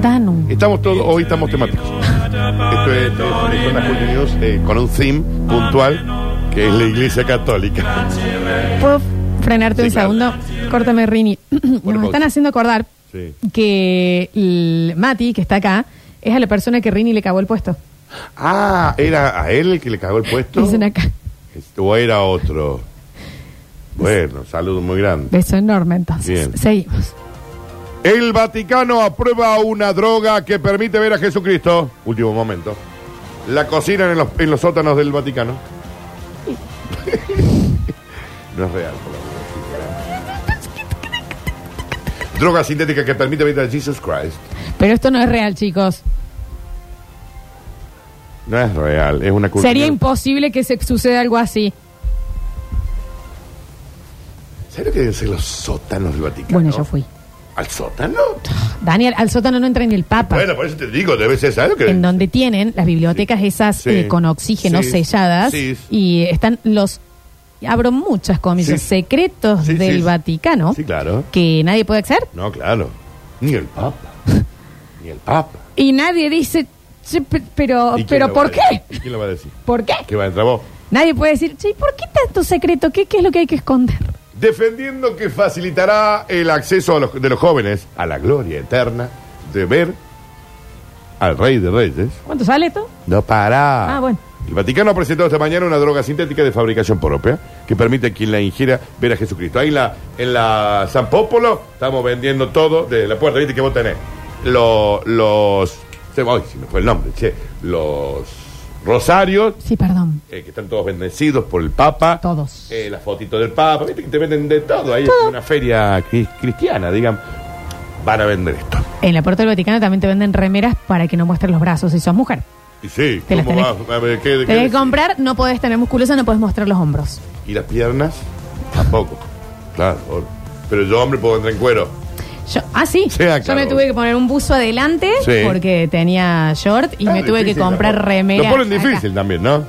[SPEAKER 1] Danum.
[SPEAKER 3] Estamos todos, hoy estamos temáticos. Esto es, eh, son las Julio News, eh, con un theme puntual, que es la Iglesia Católica.
[SPEAKER 1] ¿Puedo frenarte
[SPEAKER 3] Sí,
[SPEAKER 1] un
[SPEAKER 3] claro.
[SPEAKER 1] segundo? Córtame, Rini. Nos
[SPEAKER 3] pausa.
[SPEAKER 1] están haciendo acordar
[SPEAKER 3] Sí.
[SPEAKER 1] que el Mati, que está acá, es a la persona que Rini le cagó el puesto.
[SPEAKER 3] Ah, ¿era a él el que le cagó el puesto?
[SPEAKER 1] Dicen acá.
[SPEAKER 3] ¿O era otro? Bueno, saludo muy grande.
[SPEAKER 1] Beso enorme, entonces.
[SPEAKER 3] Bien.
[SPEAKER 1] Seguimos.
[SPEAKER 3] El Vaticano aprueba una droga que permite ver a Jesucristo. Último momento. La cocinan en los, en los sótanos del Vaticano. no es real, por la verdad. Droga sintética que permite ver a Jesus Christ.
[SPEAKER 1] Pero esto no es real, chicos.
[SPEAKER 3] No es real, es una cultura.
[SPEAKER 1] Sería imposible que se suceda algo así.
[SPEAKER 3] ¿Sabes lo que deben ser los sótanos del Vaticano?
[SPEAKER 1] Bueno, yo fui.
[SPEAKER 3] ¿Al sótano?
[SPEAKER 1] Daniel, al sótano no entra ni el Papa.
[SPEAKER 3] Bueno, por eso te digo, debe ser, ¿sabes lo que?
[SPEAKER 1] en donde tienen las bibliotecas esas
[SPEAKER 3] Sí.
[SPEAKER 1] eh, con oxígeno
[SPEAKER 3] Sí.
[SPEAKER 1] selladas
[SPEAKER 3] Sí.
[SPEAKER 1] y están los abro muchas comillas
[SPEAKER 3] Sí.
[SPEAKER 1] secretos
[SPEAKER 3] Sí,
[SPEAKER 1] del
[SPEAKER 3] sí.
[SPEAKER 1] Vaticano
[SPEAKER 3] Sí, claro.
[SPEAKER 1] que nadie puede acceder
[SPEAKER 3] No, claro. Ni el Papa. Ni el Papa.
[SPEAKER 1] y nadie dice "Che, pe- pero
[SPEAKER 3] ¿Y quién
[SPEAKER 1] pero
[SPEAKER 3] lo
[SPEAKER 1] por
[SPEAKER 3] va a
[SPEAKER 1] qué
[SPEAKER 3] decir? ¿Quién lo va a decir?
[SPEAKER 1] por qué
[SPEAKER 3] Que va a entrar vos.
[SPEAKER 1] nadie puede decir che, ¿y por qué tanto secreto qué qué es lo que hay que esconder
[SPEAKER 3] Defendiendo que facilitará el acceso a los- de los jóvenes a la gloria eterna de ver al Rey de Reyes.
[SPEAKER 1] cuánto sale esto
[SPEAKER 3] No para.
[SPEAKER 1] Ah, bueno.
[SPEAKER 3] El Vaticano ha presentado esta mañana una droga sintética de fabricación propia que permite a quien la ingiera ver a Jesucristo. Ahí en la, en la San Popolo estamos vendiendo todo desde la puerta. Viste que vos tenés los. los se me- ay, se me fue el nombre, che. Los rosarios
[SPEAKER 1] sí perdón
[SPEAKER 3] eh, que están todos bendecidos por el Papa.
[SPEAKER 1] Todos.
[SPEAKER 3] Eh, la fotito del Papa, viste que te venden de todo. Ahí es una feria cri- cristiana, digan. Van a vender esto.
[SPEAKER 1] en la puerta del Vaticano también te venden remeras para que no muestres los brazos si sos mujer
[SPEAKER 3] Y sí,
[SPEAKER 1] Te las
[SPEAKER 3] ¿cómo
[SPEAKER 1] tenés-
[SPEAKER 3] va? A ver, ¿qué- qué
[SPEAKER 1] tenés que
[SPEAKER 3] decís?
[SPEAKER 1] comprar no podés tener musculosa no podés mostrar los hombros
[SPEAKER 3] ¿Y las piernas? Tampoco. Claro. or- Pero yo, hombre, puedo entrar en cuero.
[SPEAKER 1] Yo, ah, sí.
[SPEAKER 3] Sí, ah,
[SPEAKER 1] Yo
[SPEAKER 3] claro.
[SPEAKER 1] me tuve que poner un buzo adelante
[SPEAKER 3] Sí.
[SPEAKER 1] porque tenía short y
[SPEAKER 3] Ah,
[SPEAKER 1] me tuve que
[SPEAKER 3] difícil
[SPEAKER 1] comprar
[SPEAKER 3] tampoco.
[SPEAKER 1] remera.
[SPEAKER 3] Lo ponen
[SPEAKER 1] acá.
[SPEAKER 3] difícil también, ¿no?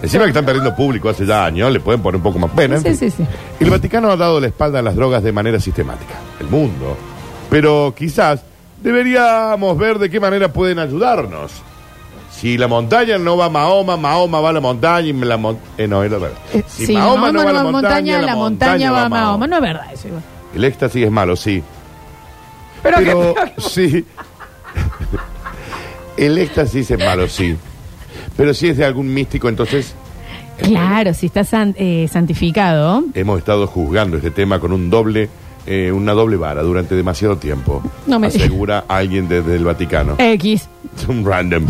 [SPEAKER 3] Encima que están perdiendo público hace ya años, le pueden poner un poco más pena. en
[SPEAKER 1] Sí,
[SPEAKER 3] fin.
[SPEAKER 1] sí, sí.
[SPEAKER 3] El Vaticano ha dado la espalda a las drogas de manera sistemática. El mundo. Pero quizás deberíamos ver de qué manera pueden ayudarnos. Si la montaña no va a Mahoma, Mahoma va a la montaña y la mon- eh, no, era al revés.
[SPEAKER 1] Si Mahoma no va a la montaña, la montaña va a Mahoma. No es verdad eso. igual.
[SPEAKER 3] El éxtasis es malo, sí.
[SPEAKER 1] Pero
[SPEAKER 3] Pero, sí. El éxtasis es malo, sí. Pero si es de algún místico, entonces
[SPEAKER 1] Claro, si está san- eh, santificado.
[SPEAKER 3] hemos estado juzgando este tema con un doble, eh, una doble vara durante demasiado tiempo.
[SPEAKER 1] No me- Eh.
[SPEAKER 3] Asegura alguien desde el Vaticano.
[SPEAKER 1] X.
[SPEAKER 3] Es un random.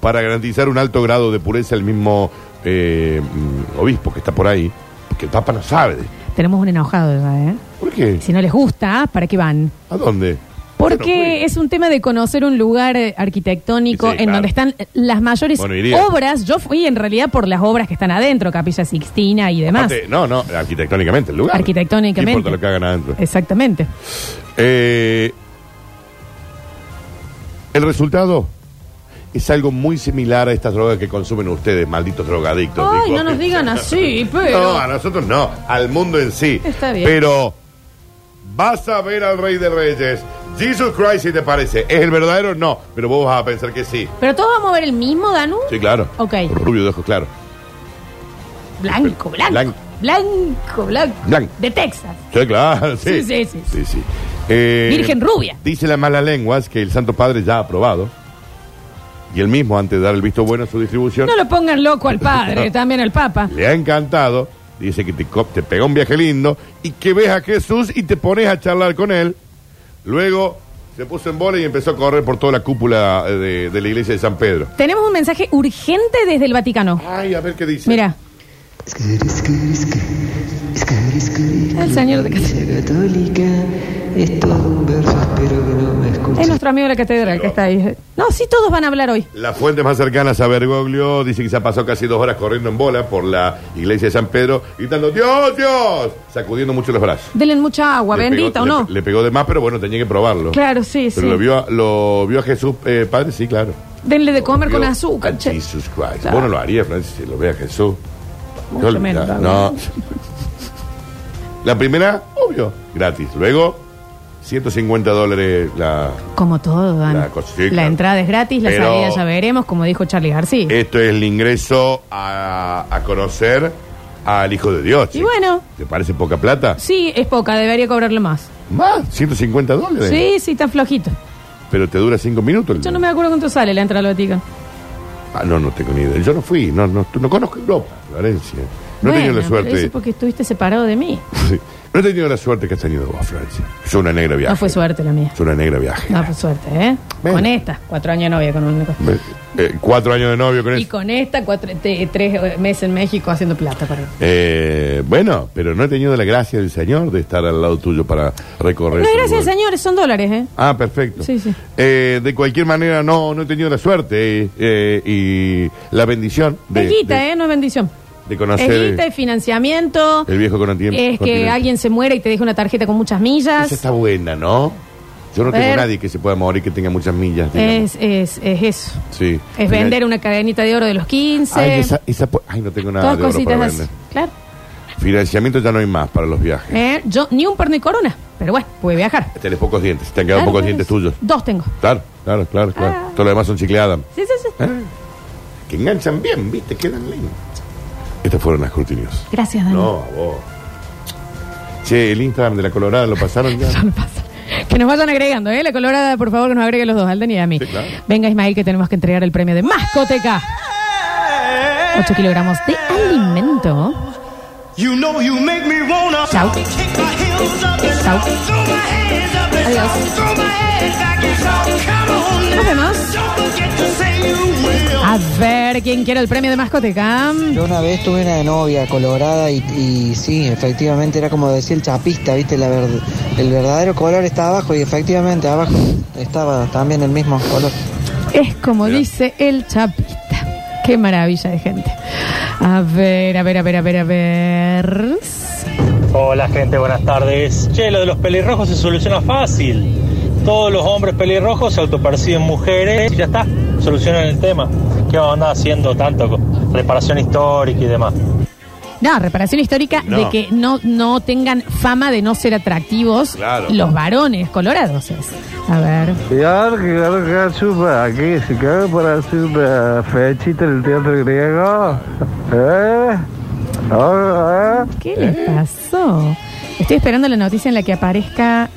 [SPEAKER 3] Para garantizar un alto grado de pureza, el mismo eh, mm, obispo que está por ahí, que el Papa no sabe. de-
[SPEAKER 1] Tenemos un enojado ya, ¿eh?
[SPEAKER 3] ¿Por qué?
[SPEAKER 1] Si no les gusta, ¿para qué van?
[SPEAKER 3] ¿A dónde?
[SPEAKER 1] Porque es un tema de conocer un lugar eh, arquitectónico
[SPEAKER 3] Sí,
[SPEAKER 1] en
[SPEAKER 3] claro.
[SPEAKER 1] donde están las mayores
[SPEAKER 3] Bueno, iría.
[SPEAKER 1] obras. Yo fui en realidad por las obras que están adentro, Capilla Sixtina y demás.
[SPEAKER 3] Aparte, no, no, arquitectónicamente el lugar.
[SPEAKER 1] Arquitectónicamente.
[SPEAKER 3] No importa lo que hagan adentro.
[SPEAKER 1] Exactamente.
[SPEAKER 3] Eh, el resultado es algo muy similar a estas drogas que consumen ustedes, malditos drogadictos.
[SPEAKER 1] Ay,
[SPEAKER 3] dijo.
[SPEAKER 1] no nos digan así,
[SPEAKER 3] No,
[SPEAKER 1] pero.
[SPEAKER 3] a nosotros no, al mundo en sí.
[SPEAKER 1] Está bien.
[SPEAKER 3] Pero vas a ver al Rey de Reyes. Jesus Christ, si te parece, ¿es el verdadero? No, pero vos vas a pensar que sí.
[SPEAKER 1] Pero todos vamos a ver el mismo, Danu.
[SPEAKER 3] Sí, claro.
[SPEAKER 1] Ok.
[SPEAKER 3] Rubio de ojos, claro.
[SPEAKER 1] Blanco, blanco.
[SPEAKER 3] Blanco.
[SPEAKER 1] Blanco, blanco.
[SPEAKER 3] Blanco.
[SPEAKER 1] De Texas.
[SPEAKER 3] Sí, claro,
[SPEAKER 1] Sí,
[SPEAKER 3] sí.
[SPEAKER 1] sí, sí, sí.
[SPEAKER 3] sí. Eh,
[SPEAKER 1] Virgen rubia.
[SPEAKER 3] Dice la mala lenguas que el Santo Padre ya ha aprobado. Y el mismo, antes de dar el visto bueno a su distribución,
[SPEAKER 1] No lo pongan loco al padre, también al papa.
[SPEAKER 3] le ha encantado. Dice que te, co- te pegó un viaje lindo y que ves a Jesús y te pones a charlar con él. Luego se puso en bola y empezó a correr por toda la cúpula eh, de, de la iglesia de San Pedro.
[SPEAKER 1] Tenemos un mensaje urgente desde el Vaticano.
[SPEAKER 3] Ay, a ver qué dice.
[SPEAKER 1] Mira. El señor de catedral.
[SPEAKER 9] católica. Es todo un verso, espero que no me escuchen.
[SPEAKER 1] Es nuestro amigo de la catedral que está ahí. No, sí, todos van a hablar hoy.
[SPEAKER 3] Las fuentes más cercanas a Bergoglio dice que se pasó casi dos horas corriendo en bola por la iglesia de San Pedro, gritando ¡Dios, Dios! sacudiendo mucho los brazos.
[SPEAKER 1] Denle mucha agua,
[SPEAKER 3] Le
[SPEAKER 1] bendita
[SPEAKER 3] pegó-
[SPEAKER 1] o
[SPEAKER 3] le-
[SPEAKER 1] no.
[SPEAKER 3] Le, pegó de más, pero bueno, tenía que probarlo.
[SPEAKER 1] Claro, sí,
[SPEAKER 3] Pero
[SPEAKER 1] sí.
[SPEAKER 3] lo vio, a, lo vio a Jesús, eh, padre, sí, claro.
[SPEAKER 1] Denle de comer
[SPEAKER 3] Lo
[SPEAKER 1] con
[SPEAKER 3] vio
[SPEAKER 1] azúcar,
[SPEAKER 3] a
[SPEAKER 1] che.
[SPEAKER 3] Jesus Christ.
[SPEAKER 1] Claro.
[SPEAKER 3] Vos no lo harías, Francis, si lo ve a Jesús.
[SPEAKER 1] Mucho
[SPEAKER 3] Yo-
[SPEAKER 1] menos,
[SPEAKER 3] ya,
[SPEAKER 1] ¿no?
[SPEAKER 3] no. La primera, obvio, gratis. Luego, 150 dólares la...
[SPEAKER 1] Como todo, Dan.
[SPEAKER 3] La
[SPEAKER 1] La,
[SPEAKER 3] cosa- sí, claro.
[SPEAKER 1] entrada es gratis, la
[SPEAKER 3] Pero- Eh,
[SPEAKER 1] salida ya veremos, como dijo Charlie García.
[SPEAKER 3] Esto es el ingreso a, a conocer al Hijo de Dios.
[SPEAKER 1] Y
[SPEAKER 3] che.
[SPEAKER 1] bueno.
[SPEAKER 3] ¿Te parece poca plata?
[SPEAKER 1] Sí, es poca, debería cobrarlo más.
[SPEAKER 3] Más, 150 dólares.
[SPEAKER 1] Sí, sí, está flojito.
[SPEAKER 3] Pero te dura 5 minutos. el-
[SPEAKER 1] Yo no me acuerdo cuánto sale la entrada al Vaticano.
[SPEAKER 3] Ah, no, no tengo ni idea. Yo no fui, no, no, no conozco Europa, Florencia. No he tenido la
[SPEAKER 1] pero
[SPEAKER 3] suerte.
[SPEAKER 1] Eso porque estuviste separado de mí.
[SPEAKER 3] Sí. No he tenido la suerte que has tenido vos, Florencia. Es una negra viaje.
[SPEAKER 1] No fue suerte la mía.
[SPEAKER 3] Es una negra viaje.
[SPEAKER 1] No fue suerte, ¿eh?
[SPEAKER 3] Bueno. Pues.
[SPEAKER 1] Con esta, cuatro años de novia con un...
[SPEAKER 3] eh, cuatro años de novio con
[SPEAKER 1] Y
[SPEAKER 3] eso.
[SPEAKER 1] con esta, cuatro, te- tres eh, meses en México haciendo plata para
[SPEAKER 3] Eh, bueno, pero no he tenido la gracia del Señor de estar al lado tuyo para recorrer.
[SPEAKER 1] No es
[SPEAKER 3] ese
[SPEAKER 1] gracias,
[SPEAKER 3] lugar.
[SPEAKER 1] señores, son dólares, ¿eh?
[SPEAKER 3] Ah, perfecto.
[SPEAKER 1] Sí, sí.
[SPEAKER 3] Eh, de cualquier manera, no, no he tenido la suerte eh, eh, y la bendición de,
[SPEAKER 1] es guita,
[SPEAKER 3] de-
[SPEAKER 1] ¿eh? No es bendición.
[SPEAKER 3] de conocer
[SPEAKER 1] es guita,
[SPEAKER 3] eh,
[SPEAKER 1] es financiamiento.
[SPEAKER 3] el viejo con tiempo.
[SPEAKER 1] es que alguien se muera y te deja una tarjeta con muchas millas.
[SPEAKER 3] Esa está buena, ¿no? Yo no tengo
[SPEAKER 1] Pero-
[SPEAKER 3] nadie que se pueda morir que tenga muchas millas. digamos.
[SPEAKER 1] Es, es, es eso.
[SPEAKER 3] sí.
[SPEAKER 1] Es
[SPEAKER 3] Mira,
[SPEAKER 1] vender una cadenita de oro de los 15.
[SPEAKER 3] Ay, esa- esa po- ay, no tengo nada
[SPEAKER 1] todas
[SPEAKER 3] de oro
[SPEAKER 1] cositas
[SPEAKER 3] para
[SPEAKER 1] así.
[SPEAKER 3] vender.
[SPEAKER 1] Claro.
[SPEAKER 3] Financiamiento ya no hay más para los viajes.
[SPEAKER 1] Eh, yo ni un perno y corona, pero bueno, puede viajar.
[SPEAKER 3] Tenés pocos dientes, te han quedado
[SPEAKER 1] Claro,
[SPEAKER 3] pocos
[SPEAKER 1] claro,
[SPEAKER 3] dientes
[SPEAKER 1] sí.
[SPEAKER 3] tuyos.
[SPEAKER 1] Dos tengo.
[SPEAKER 3] Claro, claro, claro, claro.
[SPEAKER 1] Ah.
[SPEAKER 3] Todo lo demás son chicleadas.
[SPEAKER 1] Sí, sí, sí.
[SPEAKER 3] ¿Eh? Que enganchan bien, viste, quedan lindos. Estas fueron las cortinios.
[SPEAKER 2] Ah,
[SPEAKER 1] Gracias, Dani.
[SPEAKER 3] No, a vos. Che, el Instagram de la Colorada lo pasaron ya.
[SPEAKER 1] Ya me pasa. Que nos vayan agregando, ¿eh? La colorada, por favor, que nos agreguen los dos, al Dani y a mí.
[SPEAKER 3] Sí, claro.
[SPEAKER 1] Venga, Ismael, que tenemos que entregar el premio de Mascoteca. 8 kilogramos de alimento.
[SPEAKER 2] You know you make me wanna
[SPEAKER 1] Chao.
[SPEAKER 2] kick my heels up and
[SPEAKER 1] Chao.
[SPEAKER 2] throw my hands up and
[SPEAKER 1] Adiós.
[SPEAKER 2] throw my head back and shout, come on now.
[SPEAKER 1] Nos vemos.
[SPEAKER 2] Don't forget to say you will.
[SPEAKER 1] A ver, ¿quién quiere el premio de Mascoteca?
[SPEAKER 10] Yo una vez tuve una novia colorada y, y sí, efectivamente era como decía el chapista, ¿viste? La verd- el verdadero color está abajo y efectivamente abajo estaba también el mismo color.
[SPEAKER 1] Es como
[SPEAKER 3] Mira.
[SPEAKER 1] dice el chapista. Qué maravilla de gente. A ver, a ver, a ver, a ver, a ver.
[SPEAKER 11] Hola gente, buenas tardes. Che, lo de los pelirrojos se soluciona fácil. Todos los hombres pelirrojos se autoperciben mujeres y ya está, solucionan el tema. ¿Qué onda haciendo tanto? con Reparación histórica y demás.
[SPEAKER 1] No, reparación histórica
[SPEAKER 3] No.
[SPEAKER 1] de que no, no tengan fama de no ser atractivos
[SPEAKER 3] Claro.
[SPEAKER 1] los varones colorados. es. A ver.
[SPEAKER 11] aquí se caga para hacer una fechita en el teatro griego. ¿Eh?
[SPEAKER 3] ¿Eh?
[SPEAKER 1] ¿Qué les pasó? Estoy esperando la noticia en la que aparezca.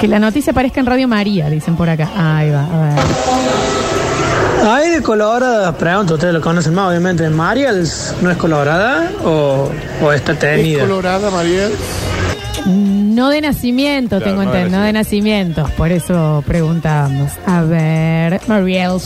[SPEAKER 1] Que la noticia aparezca en Radio María, dicen por acá. Ahí va, a ver.
[SPEAKER 11] Hay de colorada, pregunto, ustedes lo conocen más, obviamente. ¿Mariels no es colorada o, o está
[SPEAKER 3] ¿Es
[SPEAKER 11] tenida?
[SPEAKER 3] colorada, Mariel?
[SPEAKER 1] No de nacimiento,
[SPEAKER 3] Claro,
[SPEAKER 1] tengo
[SPEAKER 3] no de
[SPEAKER 1] entendido. No de nacimiento. Por eso preguntábamos. A ver, Mariel.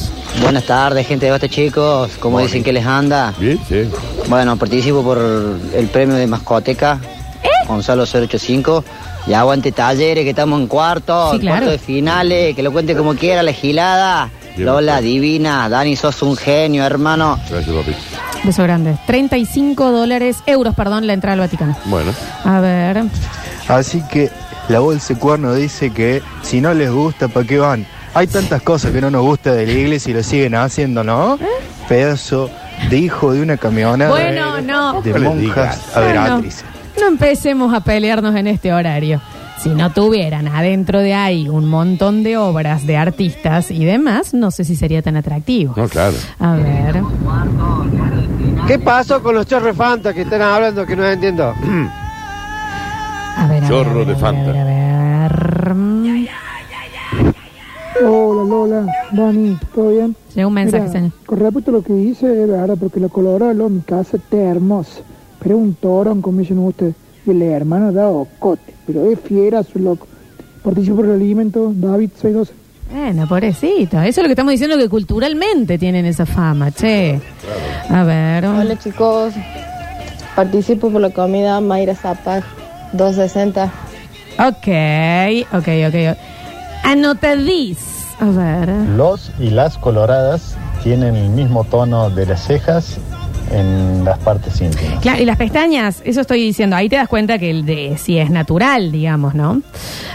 [SPEAKER 9] Buenas tardes, gente de Basta Chicos. ¿Cómo dicen que les anda?
[SPEAKER 3] Bien, sí.
[SPEAKER 9] Bueno, participo por el premio de Mascoteca.
[SPEAKER 12] ¿Eh?
[SPEAKER 9] Gonzalo 085. Y aguante talleres, que estamos en cuarto,
[SPEAKER 1] Sí,
[SPEAKER 9] en
[SPEAKER 1] claro.
[SPEAKER 9] cuarto de finales, que lo cuente como quiera, la gilada.
[SPEAKER 3] Bien,
[SPEAKER 9] Lola,
[SPEAKER 3] bien.
[SPEAKER 9] divina. Dani, sos un genio, hermano.
[SPEAKER 3] Gracias, papi.
[SPEAKER 1] Beso grande. 35 dólares, euros, perdón, la entrada al Vaticano.
[SPEAKER 3] Bueno,
[SPEAKER 1] A ver.
[SPEAKER 13] Así que la bolsa de cuerno dice que si no les gusta, ¿para qué van? Hay tantas cosas que no nos gusta de la iglesia y lo siguen haciendo,
[SPEAKER 1] ¿Eh?
[SPEAKER 13] ¿no? Pedazo de hijo de una camionada
[SPEAKER 1] Bueno, no.
[SPEAKER 13] de
[SPEAKER 3] No les
[SPEAKER 13] monjas
[SPEAKER 3] digas.
[SPEAKER 1] No, no,
[SPEAKER 13] adoratrices.
[SPEAKER 1] no empecemos a pelearnos en este horario. Si no tuvieran adentro de ahí un montón de obras de artistas y demás, no sé si sería tan atractivo.
[SPEAKER 3] no, claro.
[SPEAKER 1] A ver.
[SPEAKER 14] ¿Qué pasó con los chorros Fanta que están hablando que no entiendo?
[SPEAKER 1] A ver, a ver,
[SPEAKER 3] Chorro
[SPEAKER 1] a ver,
[SPEAKER 3] de
[SPEAKER 1] a ver,
[SPEAKER 3] Fanta.
[SPEAKER 1] a ver, a ver. Mm,
[SPEAKER 15] Hola Lola, Dani, ¿todo bien?
[SPEAKER 1] Llegó un mensaje,
[SPEAKER 15] Mira,
[SPEAKER 1] señor.
[SPEAKER 15] Con respecto a lo que dice, es verdad, porque la colorada lo mi casa está hermosa. Pero es un torón, como dicen ustedes. Y el hermano da ocote, pero es fiera su loco. Participo por el alimento, David 612.
[SPEAKER 1] Bueno, pobrecito. Eso es lo que estamos diciendo que culturalmente tienen esa fama, che. A ver.
[SPEAKER 16] Hola chicos, participo por la comida Mayra Zapag 260.
[SPEAKER 1] Ok, ok, ok. Anotadís. A ver.
[SPEAKER 17] Los y las coloradas tienen el mismo tono de las cejas en las partes íntimas.
[SPEAKER 1] Claro, y las pestañas, eso estoy diciendo. Ahí te das cuenta que el de si es natural, digamos, ¿no?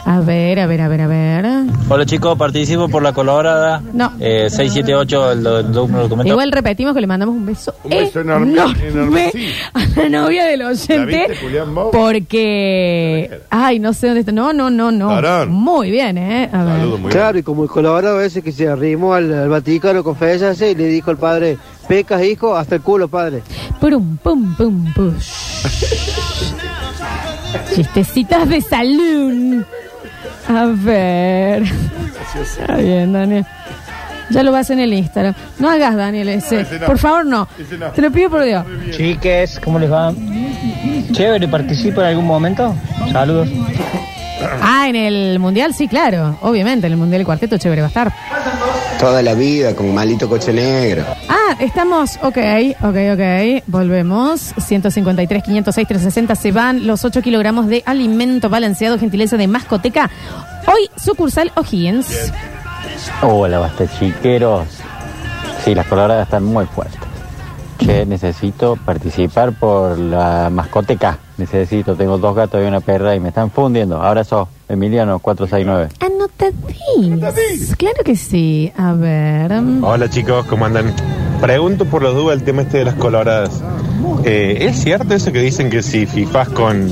[SPEAKER 1] A ver, a ver, a ver, a ver.
[SPEAKER 11] Hola chicos, participo por la colorada.
[SPEAKER 1] No.
[SPEAKER 11] Eh, 678, el, do- el documento.
[SPEAKER 1] Igual repetimos que le mandamos un beso.
[SPEAKER 11] Un beso enorme, enorme, sí.
[SPEAKER 1] A la novia del oyente.
[SPEAKER 3] ¿La viste, Julián Bou?
[SPEAKER 1] Porque. Ay, no sé dónde está. No, no, no, no.
[SPEAKER 14] Parón.
[SPEAKER 1] Muy bien, ¿eh? A ver.
[SPEAKER 14] Claro, y como el colorado ese que se arrimó al, al Vaticano con y le dijo al padre, pecas hijo, hasta el culo padre.
[SPEAKER 1] Purum, pum, pum, push. Chistecitas de salón. A ver. Está bien, Daniel. Ya lo vas en el Instagram. No hagas, Daniel, ese.
[SPEAKER 18] ese no.
[SPEAKER 1] Por favor, no. Te lo pido por Dios.
[SPEAKER 18] Chiques, ¿cómo les va? Chévere, ¿participa en algún momento? Saludos.
[SPEAKER 1] Ah, en el Mundial, sí, claro. Obviamente, en el Mundial el cuarteto chévere va a estar.
[SPEAKER 19] Toda la vida con malito coche negro.
[SPEAKER 1] Ah, estamos, ok, ok, ok, volvemos. 153, 506, 360 se van los 8 kilogramos de alimento balanceado, gentileza de mascoteca. Hoy sucursal O'Higgins.
[SPEAKER 20] Hola, basta chiqueros. Sí, las coloradas están muy fuertes.
[SPEAKER 21] Mm.
[SPEAKER 20] Che, necesito participar por la mascoteca. Necesito, tengo dos gatos y una perra y me están fundiendo. Abrazo, Emiliano 469.
[SPEAKER 1] Anotadís. Claro que sí. A ver.
[SPEAKER 22] Hola chicos, ¿cómo andan? Pregunto por los dudas el tema este de las coloradas. Eh, ¿Es cierto eso que dicen que si fifas con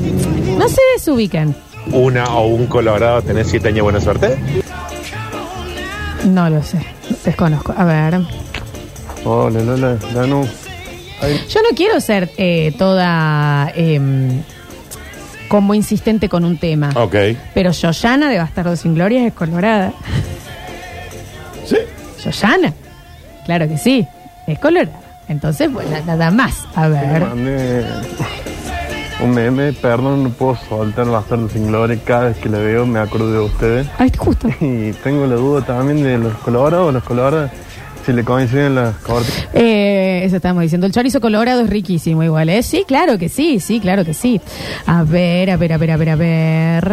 [SPEAKER 1] No se desubican.
[SPEAKER 22] una o un colorado tenés siete años de buena suerte?
[SPEAKER 1] No lo sé. Desconozco. A ver.
[SPEAKER 21] Hola, Lola, Danu. Ay,
[SPEAKER 1] Yo no quiero ser eh, toda em, como insistente con un tema.
[SPEAKER 3] Ok.
[SPEAKER 1] Pero Yoyana de Bastardo sin Gloria es colorada.
[SPEAKER 3] ¿Sí?
[SPEAKER 1] Yoyana. Claro que sí. Es colorada. Entonces, bueno, nada más. A
[SPEAKER 21] te
[SPEAKER 1] ver.
[SPEAKER 21] mandé un meme, perdón, no puedo soltar bastardo sin gloria. Cada vez que la veo me acuerdo de ustedes.
[SPEAKER 1] Ay, justo.
[SPEAKER 21] Y tengo la duda también de los colorados, los colorados, si le coinciden las cortes.
[SPEAKER 1] Eh, eso estábamos diciendo. El chorizo colorado es riquísimo igual, ¿eh? Sí, claro que sí, sí, claro que sí. A ver, a ver, a ver, a ver, a ver.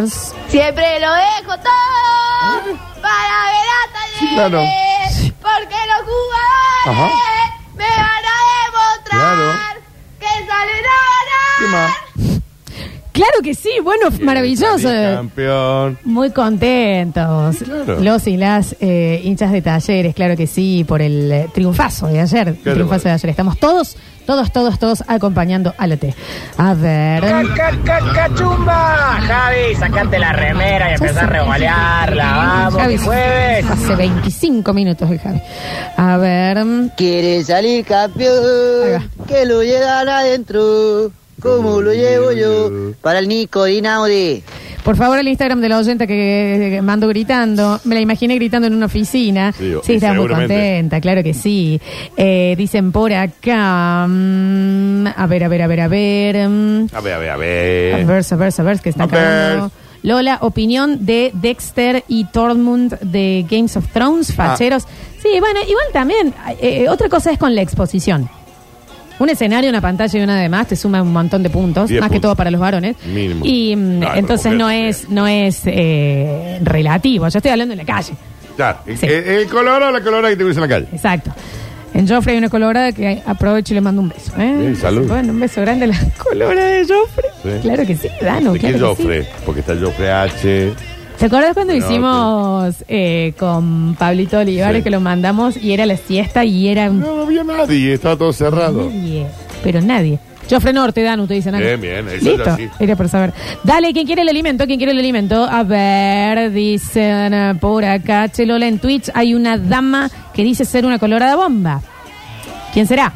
[SPEAKER 12] Siempre lo dejo todo para ver a Talleres.
[SPEAKER 1] Sí, claro.
[SPEAKER 12] Porque los jugadores
[SPEAKER 21] Ajá.
[SPEAKER 12] me van a demostrar
[SPEAKER 21] Claro.
[SPEAKER 12] que salen a
[SPEAKER 21] ¿Qué más?
[SPEAKER 1] Claro que sí, bueno, maravilloso.
[SPEAKER 3] Campeón.
[SPEAKER 1] Muy contentos
[SPEAKER 3] claro.
[SPEAKER 1] los y las eh, hinchas de talleres, claro que sí, por el eh, triunfazo de ayer.
[SPEAKER 3] Claro,
[SPEAKER 1] triunfazo de ayer. Estamos todos, todos, todos, todos acompañando a la T. A ver.
[SPEAKER 23] ¡Cachumba! Javi, sacate la remera y empezá a revolearla. Vamos,
[SPEAKER 1] Javi,
[SPEAKER 23] que jueves.
[SPEAKER 1] Hace 25 minutos el Javi. A ver.
[SPEAKER 12] Quiere salir campeón, que lo llevan adentro, como lo llevo yo, para el Nico Dinaudi.
[SPEAKER 1] Por favor, el Instagram de la oyenta que que mando gritando. Me la imaginé gritando en una oficina.
[SPEAKER 3] Sí,
[SPEAKER 1] Sí,
[SPEAKER 3] o-
[SPEAKER 1] está muy
[SPEAKER 3] seguramente.
[SPEAKER 1] contenta, claro que sí. Eh, dicen por acá. mm, a ver, a ver, a ver, a ver. mm,
[SPEAKER 3] A ver, a ver, a ver.
[SPEAKER 1] A ver, a ver, a ver, que está
[SPEAKER 3] Eh, A ver.
[SPEAKER 1] cayendo. Lola, opinión de Dexter y Tormund de Games of
[SPEAKER 3] Ah.
[SPEAKER 1] Thrones, facheros. Sí, bueno, igual también. eh, eh, otra cosa es con la exposición. Un escenario, una pantalla y una de más te suma un montón de puntos,
[SPEAKER 3] Diez
[SPEAKER 1] más que
[SPEAKER 3] puntos.
[SPEAKER 1] todo para los varones.
[SPEAKER 3] Mínimo.
[SPEAKER 1] Y mm,
[SPEAKER 3] Ay,
[SPEAKER 1] entonces
[SPEAKER 3] pero
[SPEAKER 1] no es, no es eh, relativo. Yo estoy hablando en la calle.
[SPEAKER 3] Claro, el, el- el colorado o la colorada que te gusta en la calle.
[SPEAKER 1] Exacto. En Joffrey hay una colorada que aprovecho y le mando un beso. ¿eh?
[SPEAKER 3] Bien, salud.
[SPEAKER 1] Bueno, un beso grande a la colorada de Joffrey.
[SPEAKER 3] Sí.
[SPEAKER 1] Claro que sí, Dano.
[SPEAKER 3] ¿De qué
[SPEAKER 1] Claro que sí.
[SPEAKER 3] Joffre? Porque está Joffre H.
[SPEAKER 1] ¿Te acuerdas cuando
[SPEAKER 3] No,
[SPEAKER 1] hicimos eh, con Pablito Olivares
[SPEAKER 3] Sí.
[SPEAKER 1] que lo mandamos y era la siesta y era. No,
[SPEAKER 3] había nadie, estaba todo cerrado.
[SPEAKER 1] Nadie, pero nadie. Joffre Norte, Danu, te dicen algo.
[SPEAKER 3] Bien, bien, eso
[SPEAKER 1] Listo,
[SPEAKER 3] es así.
[SPEAKER 1] era para saber. Dale, ¿quién quiere el alimento? ¿Quién quiere el alimento? A ver, dicen eh, por acá, Chelola, en Twitch hay una dama que dice ser una colorada bomba. ¿Quién será?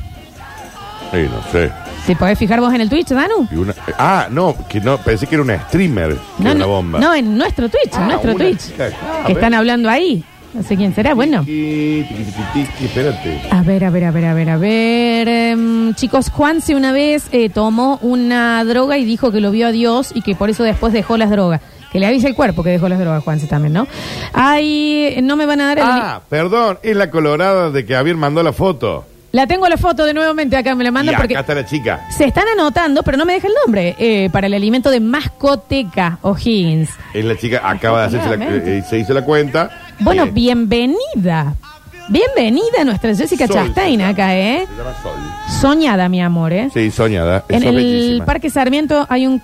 [SPEAKER 3] Sí, no sé.
[SPEAKER 1] ¿Te podés fijar vos en el Twitch, Danu?
[SPEAKER 3] Y una- ah, no, que no, pensé que era una streamer. que
[SPEAKER 1] No,
[SPEAKER 3] era una
[SPEAKER 1] no,
[SPEAKER 3] bomba.
[SPEAKER 1] no, en nuestro Twitch, en nuestro
[SPEAKER 3] una
[SPEAKER 1] Twitch.
[SPEAKER 3] chica. Ah, a
[SPEAKER 1] que
[SPEAKER 3] ver.
[SPEAKER 1] están hablando ahí. No sé quién será, bueno.
[SPEAKER 3] Tiqui, tiqui, tiqui, tiqui, espérate.
[SPEAKER 1] A ver, a ver, a ver, a ver, a ver. Em, chicos, Juan si una vez eh, tomó una droga y dijo que lo vio a Dios y que por eso después dejó las drogas. Que le avise el cuerpo que dejó las drogas, Juanse también, ¿no? Ay, no me van a dar el...
[SPEAKER 3] Ah, perdón, es la colorada de que Javier mandó la foto.
[SPEAKER 1] La tengo la foto de nuevamente acá, me la
[SPEAKER 3] y
[SPEAKER 1] mandan
[SPEAKER 3] acá
[SPEAKER 1] porque...
[SPEAKER 3] está la chica.
[SPEAKER 1] Se están anotando, pero no me deja el nombre, eh, para el alimento de mascoteca O'Higgins.
[SPEAKER 3] Es la chica, acaba de hacerse la,
[SPEAKER 1] Claramente.
[SPEAKER 3] eh, se hizo la cuenta. Eh,
[SPEAKER 1] Bueno, bienvenida. Bienvenida nuestra Jessica
[SPEAKER 3] Sol,
[SPEAKER 1] Chastain acá, ¿eh?
[SPEAKER 3] Se llama Sol.
[SPEAKER 1] Soñada, mi amor, ¿eh?
[SPEAKER 3] Sí, soñada.
[SPEAKER 1] En
[SPEAKER 3] Eso es
[SPEAKER 1] el
[SPEAKER 3] bellísima.
[SPEAKER 1] Parque Sarmiento hay un,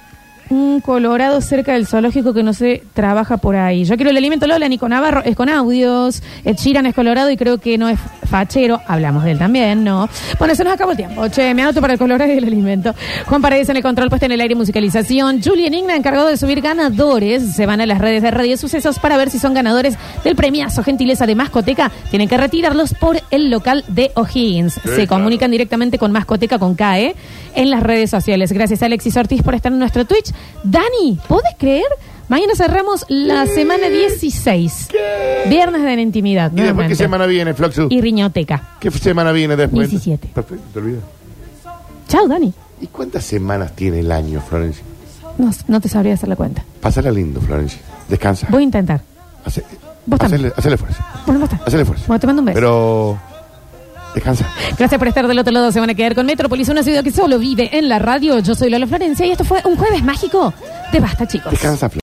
[SPEAKER 1] un colorado cerca del zoológico que no se trabaja por ahí. Yo quiero el alimento Lola, Nico Navarro es con audios, Ed Sheeran es colorado y creo que no es fachero, hablamos de él también, ¿no? Bueno, se nos acabó el tiempo. Che, me anoto para el colorado y el alimento. Juan Paredes en el control, puesto en el aire y musicalización. Julian Igna, encargado de subir ganadores, se van a las redes de Radio Sucesos para ver si son ganadores del premiazo Gentileza de Mascoteca. Tienen que retirarlos por el local de O'Higgins. se
[SPEAKER 24] claro.
[SPEAKER 1] comunican comunican directamente con Mascoteca con ¿eh? CAE en las redes sociales. Gracias a Alexis Ortiz por estar en nuestro Twitch. Dani, ¿podés creer? Mañana cerramos la semana 16. Viernes de la intimidad.
[SPEAKER 3] ¿Y después
[SPEAKER 1] nuevamente.
[SPEAKER 3] qué semana viene, Floxu?
[SPEAKER 1] Y riñoteca.
[SPEAKER 3] ¿Qué semana viene después?
[SPEAKER 1] 17.
[SPEAKER 3] Perfecto, te olvidas.
[SPEAKER 1] Chao, Dani.
[SPEAKER 3] ¿Y cuántas semanas tiene el año, Florencia?
[SPEAKER 1] No, no te sabría hacer la cuenta.
[SPEAKER 3] Pásala lindo, Florencia. Descansa.
[SPEAKER 1] Voy a intentar.
[SPEAKER 3] Hace,
[SPEAKER 1] Vos
[SPEAKER 3] hacele,
[SPEAKER 1] también.
[SPEAKER 3] hacele fuerza.
[SPEAKER 1] Bueno, basta.
[SPEAKER 3] Hacele fuerza.
[SPEAKER 1] Bueno, te mando un beso.
[SPEAKER 3] Pero. Descansa.
[SPEAKER 1] Gracias por estar del otro lado. Se van a quedar con Metrópolis, una ciudad que solo vive en la radio. Yo soy Lola Florencia y esto fue un jueves mágico de Basta, chicos.
[SPEAKER 3] Descansa, Florencia.